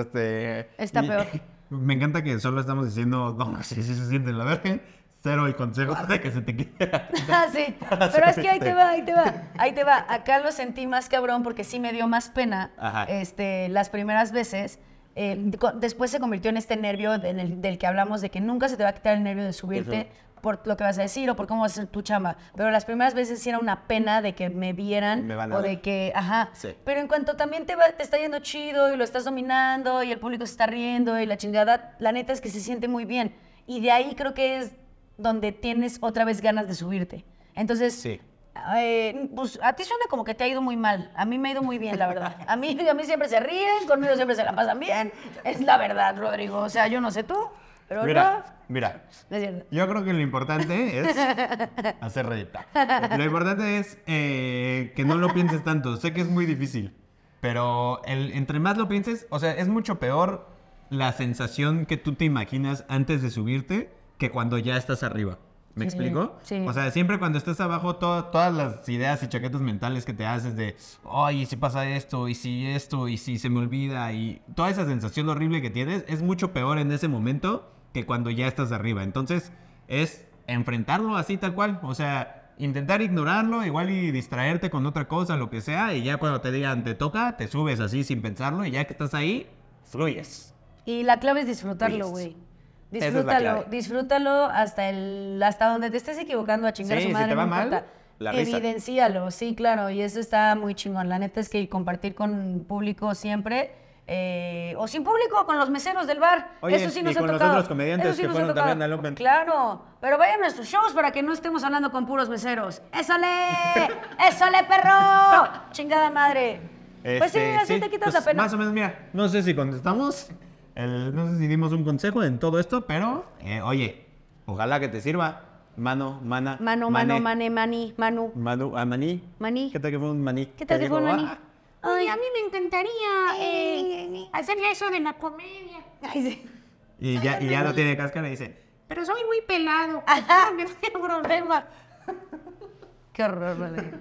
Este.
Está
y-
peor.
Me encanta que solo estamos diciendo, no, sí, sí se siente la verga. Cero el consejo de que se te quiera.
Ah, sí. Pero es que ahí te va, ahí te va, ahí te va. Acá lo sentí más cabrón porque sí me dio más pena
Ajá.
este, las primeras veces. Eh, de- co- después se convirtió en este nervio del, el- del que hablamos, de que nunca se te va a quitar el nervio de subirte por lo que vas a decir o por cómo vas a hacer tu chamba. Pero las primeras veces sí era una pena de que me vieran
Me van a
o
ver.
de que, ajá.
Sí.
Pero en cuanto también te, va, te está yendo chido y lo estás dominando y el público se está riendo y la chingada, la neta es que se siente muy bien. Y de ahí creo que es donde tienes otra vez ganas de subirte. Entonces,
Sí.
eh, pues a ti suena como que te ha ido muy mal. A mí me ha ido muy bien, la verdad. A mí, a mí siempre se ríen, conmigo siempre se la pasan bien. Es la verdad, Rodrigo. O sea, yo no sé tú, pero
Mira, mira.
no. no es cierto.
Yo creo que lo importante es hacer reír. Lo importante es eh, que no lo pienses tanto. Sé que es muy difícil, pero el- entre más lo pienses, o sea, es mucho peor la sensación que tú te imaginas antes de subirte que cuando ya estás arriba. ¿Me
Sí,
explico?
sí.
O sea, siempre cuando estás abajo, to- todas las ideas y chaquetas mentales que te haces de, ay, ¿y si pasa esto, y si esto, y si se me olvida, y toda esa sensación horrible que tienes es mucho peor en ese momento que cuando ya estás arriba. Entonces, es enfrentarlo así tal cual. O sea, intentar ignorarlo, igual y distraerte con otra cosa, lo que sea, y ya cuando te digan te toca, te subes así sin pensarlo, y ya que estás ahí, fluyes.
Y la clave es disfrutarlo,
Yes.
güey.
Esa es la clave.
Disfrútalo, disfrútalo hasta el hasta donde te estés equivocando a chingar
Sí,
a su
si
madre.
te va
no
mal,
importa.
la risa.
Evidencialo, sí, claro, y eso está muy chingón. La neta es que compartir con público siempre eh, o sin público, con los meseros del bar.
Oye,
Eso sí
y
nos ha
con los
tocado.
otros comediantes
Eso sí
que
nos ha
fueron
tocado.
también al Open.
Claro, pero vayan a nuestros shows para que no estemos hablando con puros meseros. ¡Ésale! ¡Ésale, perro! ¡Chingada madre! pues sí,
Este,
así te quitas la
pues,
pena.
Más o menos, mira, no sé si contestamos, el- no sé si dimos un consejo en todo esto, pero eh, oye, ojalá que te sirva. Mano, mana.
Mano, mano,
mané.
mané, maní, manu.
Manu, ah, maní.
Maní.
¿Qué tal que fue un maní?
¿Qué tal que fue
dijo,
maní?
"Ah,
Ay,
a mí me encantaría eh, hacer eso de la comedia,
ay, sí.
Y ya, y ya no tiene cáscara y dice,
pero soy muy pelado.
Ajá.
Me tengo problema.
Qué horror, vale.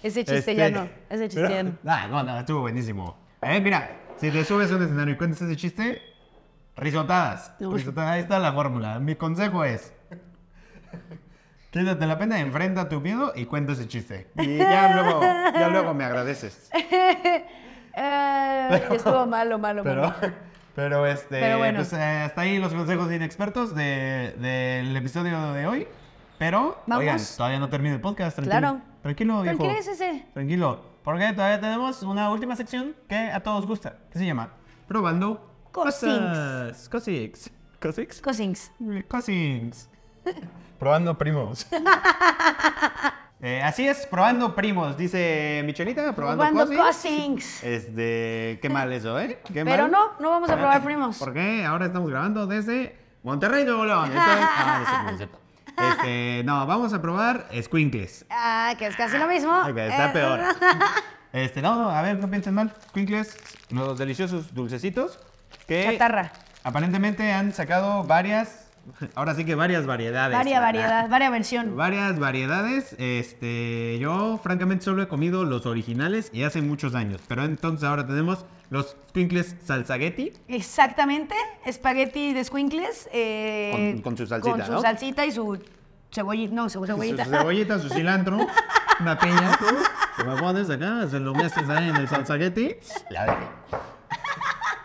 Ese chiste
Este,
ya no. Ese chiste ya no.
Ah, no, no, estuvo buenísimo. Eh, mira, si te subes a un escenario y cuentas ese chiste, risotadas.
No.
risotadas. Ahí está la fórmula. Mi consejo es. Quítate la pena, enfrenta tu miedo y cuenta ese chiste. Y ya luego, ya luego me agradeces.
Eh, estuvo malo, malo,
Pero,
malo.
pero este,
Pero bueno.
pues, eh, hasta ahí los consejos de inexpertos de- del episodio de hoy. Pero,
Vamos.
oigan, todavía no termina el podcast. Tranquilo,
Claro.
Tranquilo, viejo.
Tranquilo, ese es el-
Tranquilo, porque todavía tenemos una última sección que a todos gusta, que se llama Probando
Cosings.
Cosings. Cosings. Cosings.
Cosings.
Eh, Cosings. Probando primos. Eh, así es, probando primos, dice Michelita, probando,
Probando cosings.
cosings. Este, qué mal eso, ¿eh? Qué
Pero
mal.
no, no vamos a probar primos.
Porque ahora estamos grabando desde Monterrey, Nuevo León. Entonces, ah, no es cierto, no es cierto. Este, no, vamos a probar squinkles.
Ah, que es casi lo mismo.
Ok, está
Eh,
peor. Este, no, no, a ver, no piensen mal. Quinkles, los deliciosos dulcecitos que
Chatarra.
aparentemente han sacado varias, ahora sí que varias variedades.
Varia variedad, varia versión.
Varias variedades. Este, yo francamente solo he comido los originales y hace muchos años, pero entonces ahora tenemos los Quinkles salsaguetti.
Exactamente, espagueti de squinkles. eh,
Con- con su salsita,
Con su
¿no?
salsita y su cebollita. No, su cebollita.
Su cebollita, su cilantro, una piña. Se me pones acá, se lo metes ahí en el salsaguetti. La verga.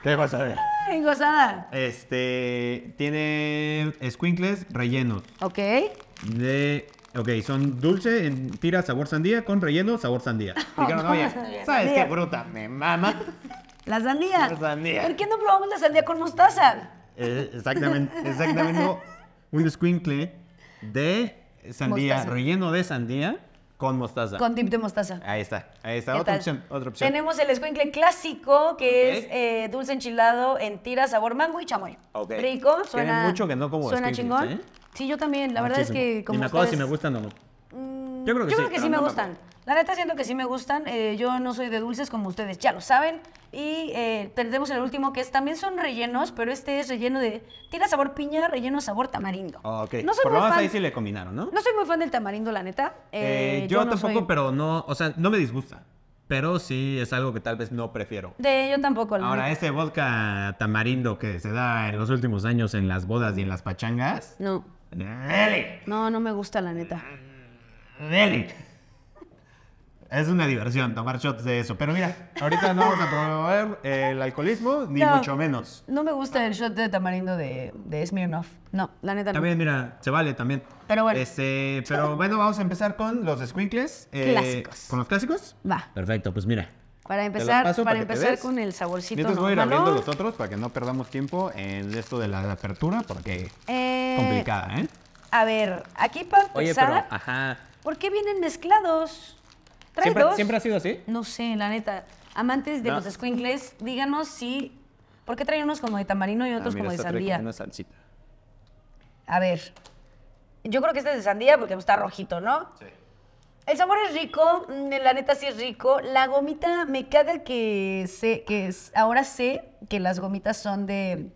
¿Qué vas a ver?
Ay, gozada.
Este tiene squinkles rellenos
Ok.
de Ok, son dulce en tira sabor sandía con relleno sabor sandía. Dijeron, oye, ¿sabes qué fruta? Me mama.
La sandía.
La sandía.
¿Por qué no probamos la sandía con mostaza?
Eh, exactamente, exactamente un squinkle de sandía,
Mostaza.
relleno de sandía con mostaza.
Con dip de mostaza.
Ahí está, ahí Ah, está,
¿Qué
otra
tal?
opción, otra opción.
Tenemos el escuincle clásico, que
Ok.
es eh, dulce enchilado en tira, sabor mango y chamoy.
Ok.
Rico, suena.
mucho que no como
Suena
escuincles,
chingón.
¿eh?
Sí, yo también. La verdad es que como.
Y me acuerdo si
ustedes-
me gustan o no.
Mm,
Yo creo que sí, pero
me
no me
gustan. La neta siento que sí me gustan. Eh, yo no soy de dulces como ustedes, ya lo saben. Y eh, tenemos el último que es también son rellenos, pero este es relleno de tira sabor piña, relleno sabor tamarindo.
Ah, Ok,
No soy
por lo
muy
menos
fan.
ahí sí le combinaron, ¿no?
No soy muy fan del tamarindo, la neta.
Eh,
Eh,
yo,
no
tampoco,
soy-
pero no, o sea, no me disgusta. Pero sí es algo que tal vez no prefiero.
De, yo tampoco. la
Ahora,
neta.
este vodka tamarindo que se da en los últimos años en las bodas y en las pachangas.
No,
¡Dele!
no, no me gusta, la neta.
¡Dele! Es una diversión tomar shots de eso. Pero mira, ahorita no vamos a promover el alcoholismo, ni
No.
mucho menos.
No me gusta el shot de tamarindo de, de Smirnoff. No, la neta no.
También, mira, se vale también.
Pero bueno.
Este, pero bueno, vamos a empezar con los squinkles. eh,
Clásicos.
¿Con los clásicos?
Va.
Perfecto, pues mira.
Para
los
empezar,
paso
para,
para que te
empezar
des.
con el saborcito
Mientras voy a ir
normalón.
abriendo los otros para que no perdamos tiempo en esto de la apertura, porque
Eh,
complicada, ¿eh?
A ver, aquí para empezar,
ajá.
¿por qué vienen mezclados? ¿Trae dos?
sido así?
No sé, la neta. Amantes de
No.
los squinkles, díganos si... ¿Por qué traen unos como de tamarino y
Ah,
otros como de sandía?
salsita.
A ver, yo creo que este es de sandía porque está rojito, ¿no?
Sí.
El sabor es rico, mm, la neta sí es rico. La gomita, me caga que sé, que es, ahora sé que las gomitas son de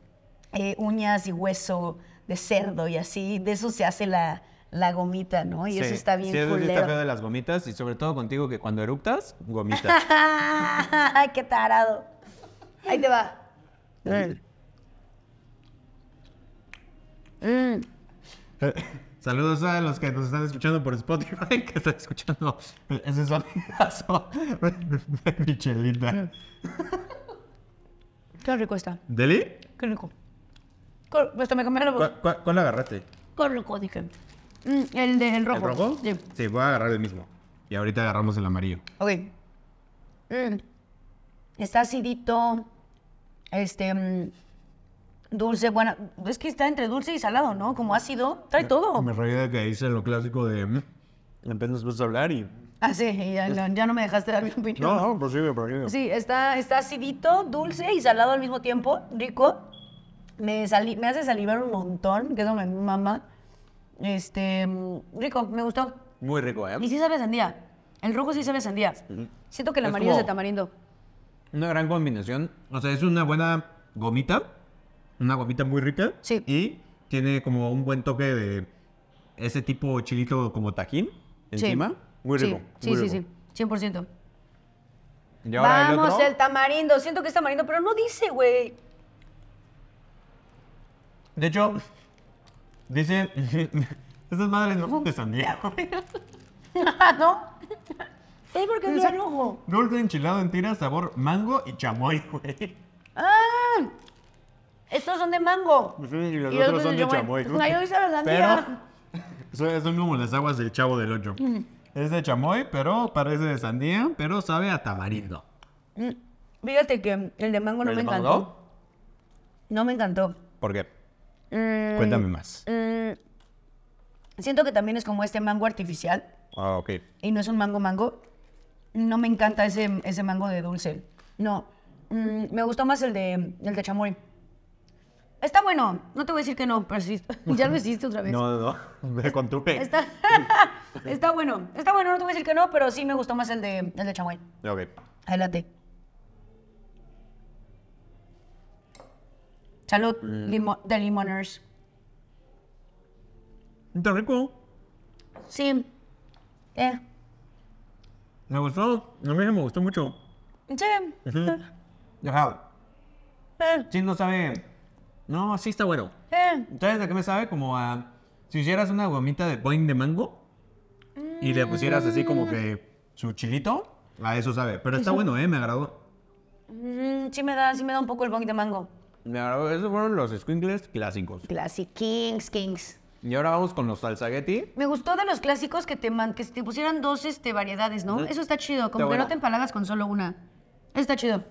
eh, uñas y hueso de cerdo y así, de eso se hace la, la gomita, ¿no? Y eso está bien
Sí, eso sí está
culero.
feo de las gomitas y sobre todo contigo que cuando eructas, gomitas.
¡Ay, qué tarado! Ahí te va. Mm.
Saludos a los que nos están escuchando por Spotify, que están escuchando ese sonidazo de Michelita.
Qué rico está,
¿Deli?
qué rico. Qué- Hasta me cambiaron la voz.
¿Cuál, cuál, cuál agarraste?
Qué rico, dije. Mm, el del rojo.
¿El rojo?
Sí.
sí, voy a agarrar el mismo. Y ahorita agarramos el amarillo.
Ok. Mm. Está acidito. Este. mm, dulce, bueno. Es que está entre dulce y salado, ¿no? Como ácido. Trae todo.
Me reí de que dice lo clásico de. "Mm,
Apenas vas a hablar y...
Ah, sí. y Ya, no- ya no me dejaste dar mi opinión.
No,
pues
no, prosigue, prosigue.
Sí, está, está acidito, dulce y salado al mismo tiempo, rico. Me, sali- me hace salivar un montón, que es mi mamá. Este, mm, rico, me gustó.
Muy rico, ¿eh?
Y sí sabe a sandía. El rojo sí sabe a sandía. Siento que el
Es
amarillo es de
como-
tamarindo.
Una gran combinación.
O sea, es una buena gomita. Una gomita muy rica.
Sí.
Y tiene como un buen toque de ese tipo chilito como tajín.
Sí.
Encima, muy rico.
Sí,
muy
sí, sí,
rico.
sí, 100%.
Y ahora el
Vamos,
otro.
el tamarindo. Siento que es tamarindo, pero no dice, güey.
De hecho, dice. Estas madres no son de sandía. güey.
Ah,
¿No? ¿Es porque es de rojo?
Dulce enchilado en tiras, sabor mango y chamoy, güey.
¡Ah! Estos son de mango.
Sí, y los
Y
otros son de chamoy.
pues, Ay, hoy sabe a sandía.
Son, son como las aguas del chavo del ocho.
Mm.
Es de chamoy, pero parece de sandía, pero sabe a tamarindo.
Mm, Fíjate que el de mango no
¿El
me
de
encantó.
mango?
No me encantó.
¿Por qué?
Mm,
Cuéntame más.
mm, siento que también es como este mango artificial
Ah, ok.
y no es un mango mango. No me encanta ese, ese mango de dulce. No. Mm, me gustó más el de, el de chamoy. Está bueno. No te voy a decir que no, pero sí. Ya lo hiciste otra vez.
No, no, no.
pues,
Ve con tu pe.
Está, está bueno. Está bueno, no te voy a decir que no, pero sí me gustó más el de, el de chamoy.
Ok.
Adelante. Salud, limo- de limoners.
Está rico.
Sí. Eh.
Me gustó. A mí me gustó mucho.
Sí.
Dejado.
Eh.
Sí, no sabe. No, sí está bueno.
Eh.
¿Sabes de qué me sabe? Como a. Si hicieras una gomita de boing de mango y le pusieras así como que su chilito, a eso sabe. Pero está bueno, ¿eh? Me agradó.
Mm, sí me da, sí me da un poco el bong de mango.
Me agradó. Esos fueron los squinkles clásicos.
Classic Kings, Kings.
Y ahora vamos con los salsaguetti.
Me gustó de los clásicos que te, man- que te pusieran dos este, variedades, ¿no? Eso está chido, como
Está
que
bueno.
no te empalagas con solo una. Eso está chido.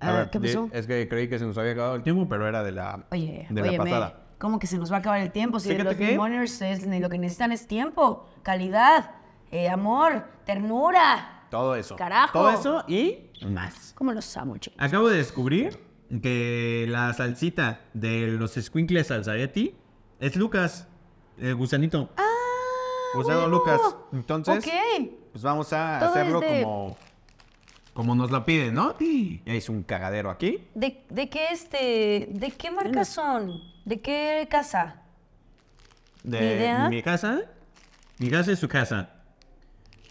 A
Ah,
ver,
¿Qué
di-
pasó?
Es que creí que se nos había acabado el tiempo, pero era de la,
Oye,
de
óyeme,
la pasada.
¿Cómo que se nos va a acabar el tiempo? Si
Fíjate
los
que-
limoners es- ni lo que necesitan es tiempo, calidad, eh, amor, ternura.
Todo eso.
Carajo.
Todo eso y
Más.
¿Cómo los amo, chicos?
Acabo de descubrir que la salsita de los squinkles salsagetti es Lucas, el gusanito.
Gusano Pues, eh, Lucas. Entonces,
Ah, ok.
pues vamos a
Todo
hacerlo
es de-
como...
Como nos la piden, ¿no? Sí.
Ya hice un cagadero aquí.
¿De, de qué este? ¿De qué marca son? ¿De qué casa?
De
Ni idea.
mi casa. Mi casa es su casa.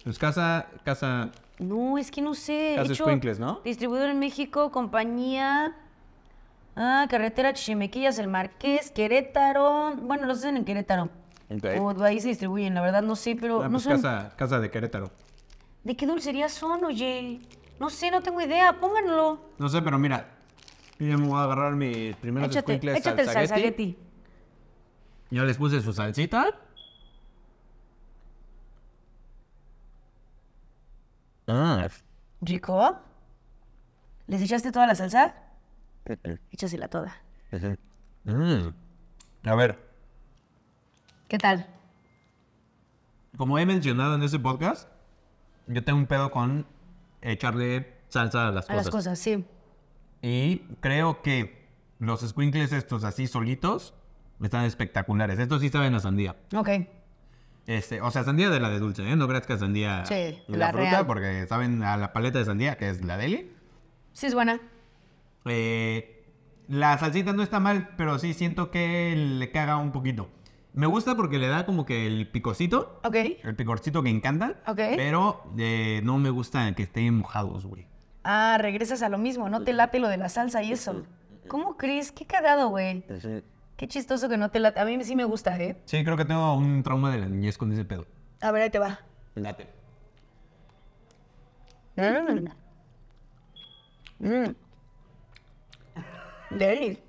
Pues casa, casa.
No, es que no sé.
Casa
Hecho-
Escuincles, ¿no?
Distribuidor en México, compañía. Ah, carretera Chichimequillas, El Marqués, Querétaro. Bueno, los hacen en Querétaro.
Ok.
O ahí se distribuyen, la verdad no sé, pero
Ah,
Oh, no
pues
sé.
casa, casa de Querétaro.
¿De qué dulcería son, oye? No sé, no tengo idea, pónganlo.
No sé, pero mira.
Yo me voy a agarrar mis primeros
Échate,
squinkles
échate el
salsaguetti.
salsagueti.
Yo les puse su salsita.
Ah.
¿Rico? ¿Les echaste toda la salsa? Échasela toda.
Mm.
A ver.
¿Qué tal?
Como he mencionado en ese podcast, yo tengo un pedo con echarle salsa a las
A
cosas.
las cosas, sí.
Y creo que los squinkles estos así solitos están espectaculares. Estos sí saben a sandía.
Ok.
Este, o sea, sandía de la de dulce, ¿eh? No creas que sandía
Sí,
la,
la
fruta,
real.
porque saben a la paleta de sandía, que es la deli.
Sí es buena.
Eh, la salsita no está mal, pero sí siento que le caga un poquito. Me gusta porque le da como que el picocito,
Ok.
el picorcito que encanta,
Ok.
pero eh, no me gusta que estén mojados, güey.
Ah, regresas a lo mismo, no te late lo de la salsa y eso. ¿Cómo crees? Qué cagado, güey. Qué chistoso que no te late. A mí sí me gusta, ¿eh?
Sí, creo que tengo un trauma de la niñez con ese pedo.
A ver, ahí te va.
Date.
Mm. Mm. Deli.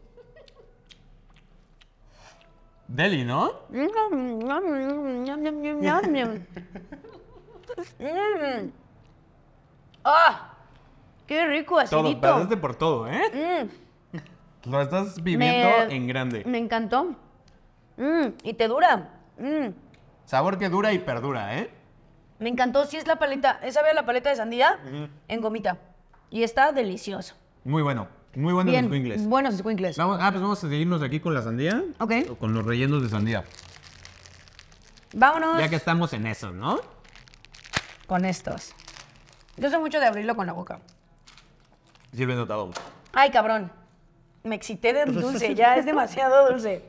Deli, ¿no?
Mm. Ñam, ñam, ñam, ñam, ñam, ñam, ñam, ñam. Mm. ¡Ah! Qué rico,
Todo,
acidito.
pasaste por todo, ¿eh?
Mm,
Lo estás viviendo
Me-
en grande.
me encantó. Mm, y te dura. Mm,
Sabor que dura y perdura, ¿eh?
me encantó. Sí es la paleta. ¿Esa vea la paleta de sandía? En gomita. Y está delicioso.
Muy bueno. Muy bueno
Bien,
los Pringles.
buenos squinkles.
Vamos, ah, pues vamos a seguirnos aquí con la sandía.
Ok.
O Con los rellenos de sandía.
Vámonos
Ya que estamos en eso, ¿no?
con estos. Yo soy mucho de abrirlo con la boca.
Sirve notado.
Ay, cabrón. Me excité del dulce. Ya es demasiado dulce.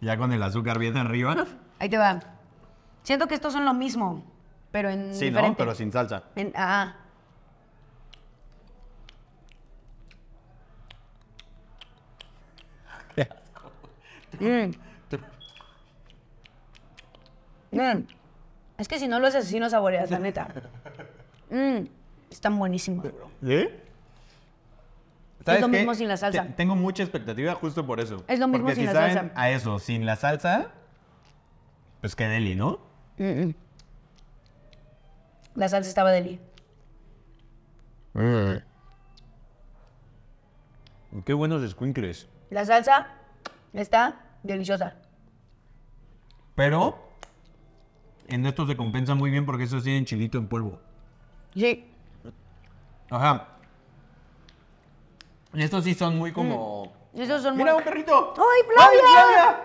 Ya con el azúcar bien arriba.
Ahí te va. Siento que estos son lo mismo, pero en
Sí, ¿no?
diferente.
Pero sin salsa.
En- ah. Mm. Mm. Es que si no lo haces así no saboreas, la neta. Mm. Están buenísimos, bro.
¿Sí?
lo mismo sin la salsa.
Te- Tengo mucha expectativa justo por eso.
Es lo mismo
Porque
sin
si
la
saben
salsa.
A eso, sin la salsa, pues qué deli, ¿no?
Mm, mm. La salsa estaba deli.
Mm. Qué buenos squinkles.
La salsa está deliciosa.
Pero en esto se compensa muy bien porque esos tienen chilito en polvo.
Sí.
Ajá. Y Estos sí son muy como.
Esos son
¡Mira,
muy...
un perrito!
Mm. ¡Ay, Flavia!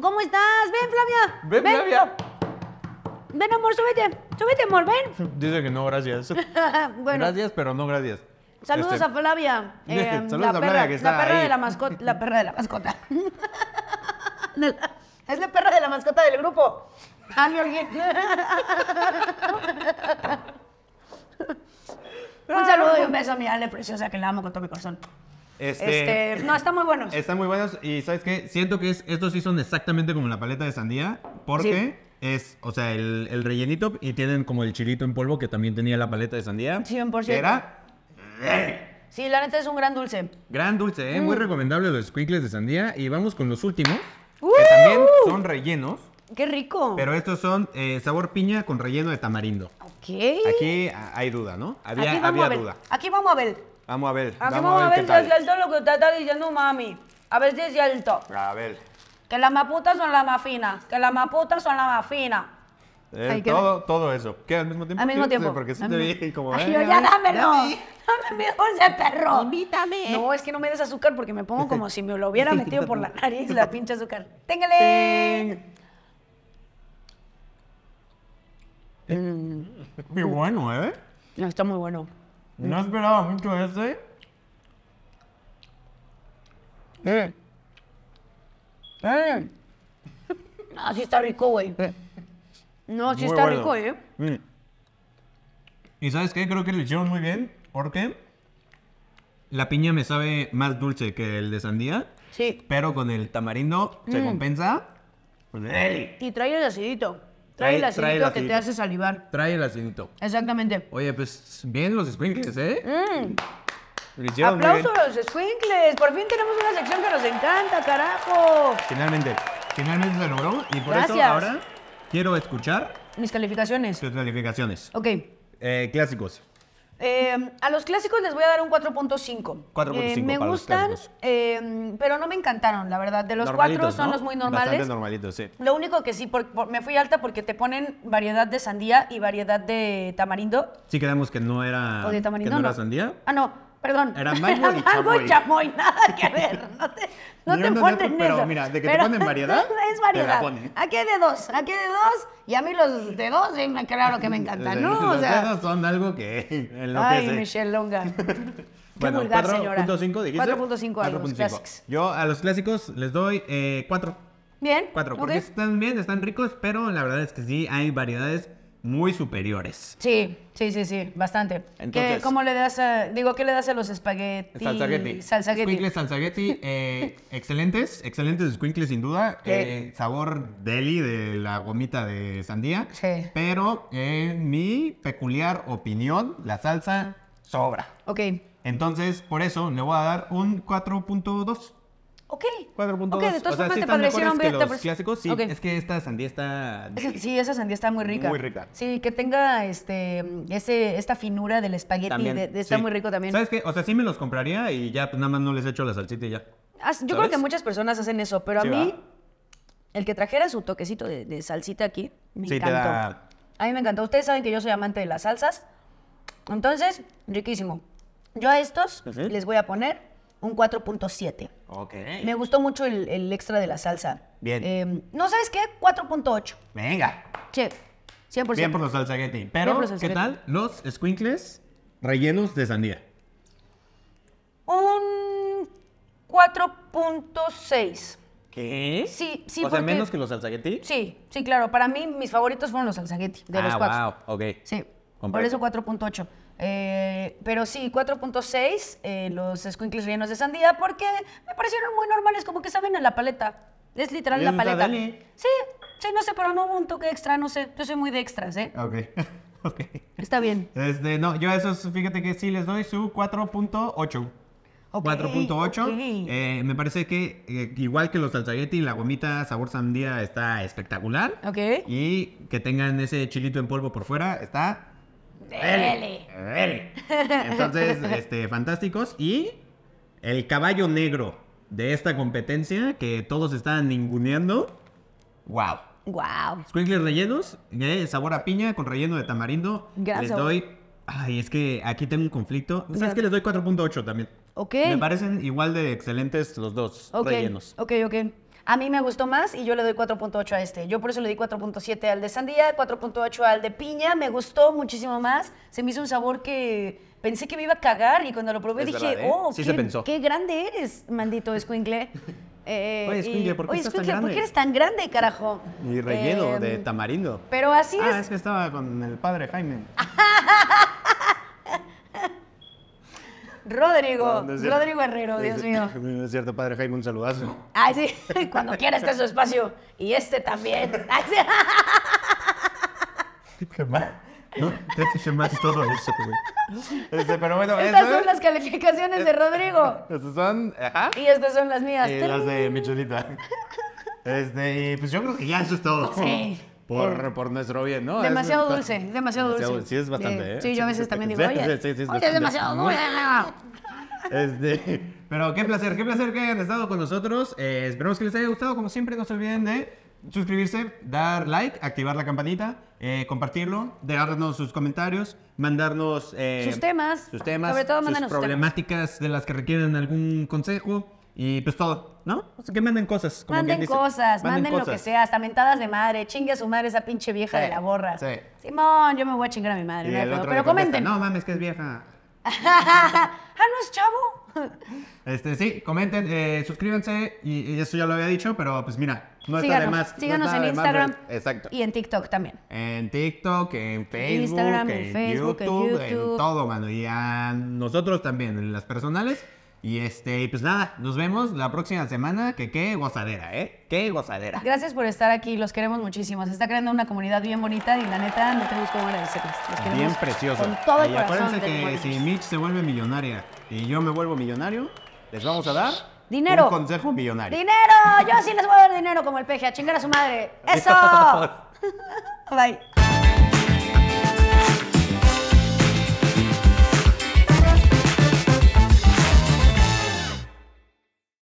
¿Cómo estás? Ven, Flavia.
¡Ven, Flavia!
Ven, amor, súbete. Súbete, amor, ven.
Dice que no, gracias.
bueno,
Gracias, pero no gracias.
saludos
Este,
a Flavia. eh,
Saludos
la
a Flavia,
perra,
que
la
está
perra de
ahí.
la mascota. La perra de la mascota. De la- es la perra de la mascota del grupo. Dale, alguien. un saludo
Ah.
y un beso a mi Ale preciosa que la amo con todo mi corazón.
Este.
Este, no, están muy buenos.
Están muy buenos y ¿sabes qué? Siento que es- estos sí son exactamente como la paleta de sandía porque es, o sea, el, el rellenito y tienen como el chilito en polvo que también tenía la paleta de sandía.
100%.
que Era
Sí, la neta es un gran dulce.
gran dulce, ¿eh?
Mm.
Muy recomendable los squinkles de sandía y vamos con los últimos
¡Uh!
que también son rellenos,
¡Qué rico!
pero estos son eh, sabor piña con relleno de tamarindo.
ok.
Aquí a- hay duda, ¿no? Había,
Aquí vamos
había
a ver.
duda.
Aquí vamos a ver.
Vamos a ver.
Aquí vamos, Ah, a ver
qué
si es
tal.
cierto lo que usted está diciendo, mami. A ver si es cierto.
A ver.
Que las maputas son las más finas. Que las maputas son las más finas.
Eh,
Hay que
todo, todo eso. ¿Qué? ¿Al mismo tiempo?
Al mismo
Sí,
tiempo.
Porque sí
Al
te
mismo-
vi como...
Ay,
eh,
yo,
a
ya
ver,
dámelo.
dame.
Dame mi dulce, perro. Invítame. No, es que no me des azúcar porque me pongo como si me lo hubiera metido por la nariz la pinche azúcar. ¡Téngale!
Muy bueno, ¿eh?
No, está muy bueno.
No esperaba mucho este. ese.
Eh. Eh. No, Ah, sí está rico, güey. No, sí
Muy
está
bueno. Mm.
rico, ¿eh?
¿Y sabes qué? Creo que lo hicieron muy bien porque la piña me sabe más dulce que el de sandía,
Sí.
pero con el tamarindo
Mm.
se compensa. ¡Deli!
Y trae el acidito. Trae
Trae-
el acidito
trae el
que te
acidito.
hace salivar.
Trae el acidito.
Exactamente.
Oye, pues bien los sprinkles, ¿eh?
Mm.
Lo hicieron muy bien.
Aplausos a los squinkles. Por fin tenemos una sección que nos encanta, carajo.
Finalmente, finalmente se logró y por eso
Gracias.
ahora quiero escuchar
Mis calificaciones.
sus calificaciones.
Ok.
Eh, clásicos.
Eh, a los clásicos les voy a dar un 4.5.
4.5
me
para los
gustan,
clásicos.
eh, pero no me encantaron, la verdad. De los cuatro
Normalitos,
son
¿no?
los muy
Bastante
normales.
normalitos, sí.
Lo único que sí, por- por- me fui alta porque te ponen variedad de sandía y variedad de tamarindo.
Sí quedamos que no era,
o de tamarindo.
Ah, que no era sandía.
Ah, no, perdón.
Era mango y
mango
chamoy.
chamoy, nada que ver. No te, no
Ni
te
uno ni
ponen
otro, pero
eso.
mira, de que te ponen variedad,
Es
te la
variedad.
ponen.
Aquí hay de dos, aquí hay de dos. Y a mí los de dos, sí, me- claro que me encantan, ¿no? O
Los
sea,
dedos Eh, son algo que enloquece.
ay, Michelle Longa. Qué
Bueno,
vulgar, señora.
4.5 dijiste.
4.5 a los
4.5.
clásicos.
Yo a los clásicos les doy 4.
Bien.
4,
ok.
porque están bien, están ricos, pero la verdad es que sí hay variedades muy superiores.
Sí, sí, sí, sí, bastante. ¿Qué,
Entonces-
¿Cómo le das a, digo, qué le das a los espaguetis?
Salsagueti.
Salsagueti.
Squinkles salsagueti, eh, excelentes, excelentes squinkles sin duda.
Sí.
eh, sabor deli de la gomita de sandía.
Sí.
Pero en mi peculiar opinión, la salsa sobra.
Ok.
Entonces, por eso le voy a dar un 4.2.
Ok.
4.2.
Ok, de todas formas
o sea, sí
te parecieron
están mejores que
bien. te
los
parec-
clásicos, sí.
Ok.
Es que esta sandía está...
Es que Sí, esa sandía está muy rica.
Muy rica.
Sí, que tenga este, mm, ese, esta finura del espagueti. de- de- está
sí.
muy rico también.
¿Sabes qué? O sea, sí me los compraría y ya, pues nada más no les echo la salsita y ya.
Ah, yo creo que
¿Sabes?
muchas personas hacen eso, pero a
Sí,
mí,
¿va?
el que trajera su toquecito de, de salsita aquí, me
Sí, te
encantó.
da-
A mí me encantó. Ustedes saben que yo soy amante de las salsas. Entonces, riquísimo. Yo a estos
Ujú.
les voy a poner un 4.7.
Ok.
Me gustó mucho el, el extra de la salsa.
Bien.
Eh, no, ¿sabes qué? 4.8.
Venga.
Che, 100%.
Bien por los salsagueti. Pero,
Bien por los
¿qué
salsagueti.
tal? Los squinkles rellenos de sandía.
Un 4.6.
¿Qué?
Sí, sí,
O sea,
porque-
menos que los salsagueti.
Sí, sí, claro. Para mí, mis favoritos fueron los salsagueti, de los cuatro.
Ah, wow. Ok.
Sí, por
Comprendo.
eso 4.8. Eh, pero sí, 4.6, eh, los squinkles rellenos de sandía, porque me parecieron muy normales, como que saben a la paleta. Es literal la
Bien,
paleta.
dale.
Sí, sí, no sé, pero no hubo un toque extra, no sé. Yo soy muy de extras, ¿eh?
Ok. ok.
Está bien.
Este, no, yo a esos, fíjate que sí les doy su 4.8.
Ok,
4.8.
ok.
Eh, me parece que eh, igual que los salsagueti, la gomita sabor sandía está espectacular.
Ok.
Y que tengan ese chilito en polvo por fuera, está...
Dele.
Dele. Entonces, este, fantásticos. Y el caballo negro de esta competencia que todos están ninguneando. ¡Wow!
Wow.
Squinkles rellenos, eh, sabor a piña con relleno de tamarindo.
Gran
les
sabor.
doy... Ay, es que aquí tengo un conflicto. ¿Sabes que Les doy 4.8 también.
Ok.
Me parecen igual de excelentes los dos
Ok,
rellenos.
ok, ok. A mí me gustó más y yo le doy 4.8 a este. Yo por eso le di 4.7 al de sandía, 4.8 al de piña. Me gustó muchísimo más. Se me hizo un sabor que pensé que me iba a cagar y cuando lo probé
Es
dije,
verdad, ¿eh?
oh,
Sí
qué,
se pensó.
qué grande eres, mandito escuincle. Eh,
Oye, escuincle, ¿por qué
oye,
estás tan
escuincle, ¿por
grande?
qué eres tan grande, carajo?
Y relleno
Eh,
de tamarindo.
Pero así
ah,
es. Ah.
es que estaba con el padre Jaime.
Rodrigo,
No, no es cierto.
Rodrigo Herrero, Dios mío.
No es cierto, padre Jaime, un saludazo.
Ay, sí, cuando quiera este es su espacio. Y este también. Ay, sí.
Qué mal. No, te hace llamar todo eso, güey.
Este, pero bueno,
Estas
eso-
¿eh?
son las calificaciones de Rodrigo.
Estas son, ajá.
Y estas son las mías.
Eh,
Y las de Michelita. Este, y pues yo creo que ya eso es todo.
Sí. Eh.
Por, por nuestro bien, ¿no?
Demasiado
Eso
dulce,
está-
demasiado dulce.
Sí, es bastante,
Eh,
¿eh?
Sí, yo a veces también digo,
Sí,
oye,
sí, sí, sí, es
oye, es
bastante.
demasiado dulce.
Este,
Pero qué placer, qué placer que hayan estado con nosotros. Eh, esperamos que les haya gustado. Como siempre, no se olviden de suscribirse, dar like, activar la campanita, eh, compartirlo, dejarnos sus comentarios, mandarnos eh,
Sus temas.
sus temas,
Sobre todo,
sus
mándanos sus
problemáticas de las que requieren algún consejo y pues todo, ¿no? O sea, que manden cosas. como quien
Manden
dice.
cosas, manden, lo que
cosas.
sea, hasta mentadas de madre, chingue a su madre esa pinche vieja
Sí,
de la borra.
sí.
Simón, yo me voy a chingar a mi madre,
Y
no hay
el
pedo.
otro
pero
le contesta,
comenten.
No mames, que es vieja.
Ah, no es chavo.
Este, sí, comenten, eh, suscríbanse, y, y eso ya lo había dicho, pero pues mira, no está de
Síganos,
más. no
síganos
está
en
de más ver-
Instagram.
Exacto.
Y en TikTok también.
En TikTok, en Facebook,
Instagram, en
en,
Facebook, en
YouTube, en
YouTube.
todo, mano. Y a nosotros también, en las personales. Y este, pues nada, nos vemos la próxima semana, que qué gozadera, ¿eh? Qué gozadera.
Gracias por estar aquí, los queremos muchísimo. Se está creando una comunidad bien bonita y la neta no tenemos cómo agradecerles. Los queremos
bien precioso.
con todo el
y
corazón.
acuérdense
del
que
mundo.
si Mitch se vuelve millonaria y yo me vuelvo millonario, les vamos a dar
Dinero.
un consejo millonario.
Dinero, yo sí les voy a dar dinero como el peje, a chingar a su madre. Eso. Bye.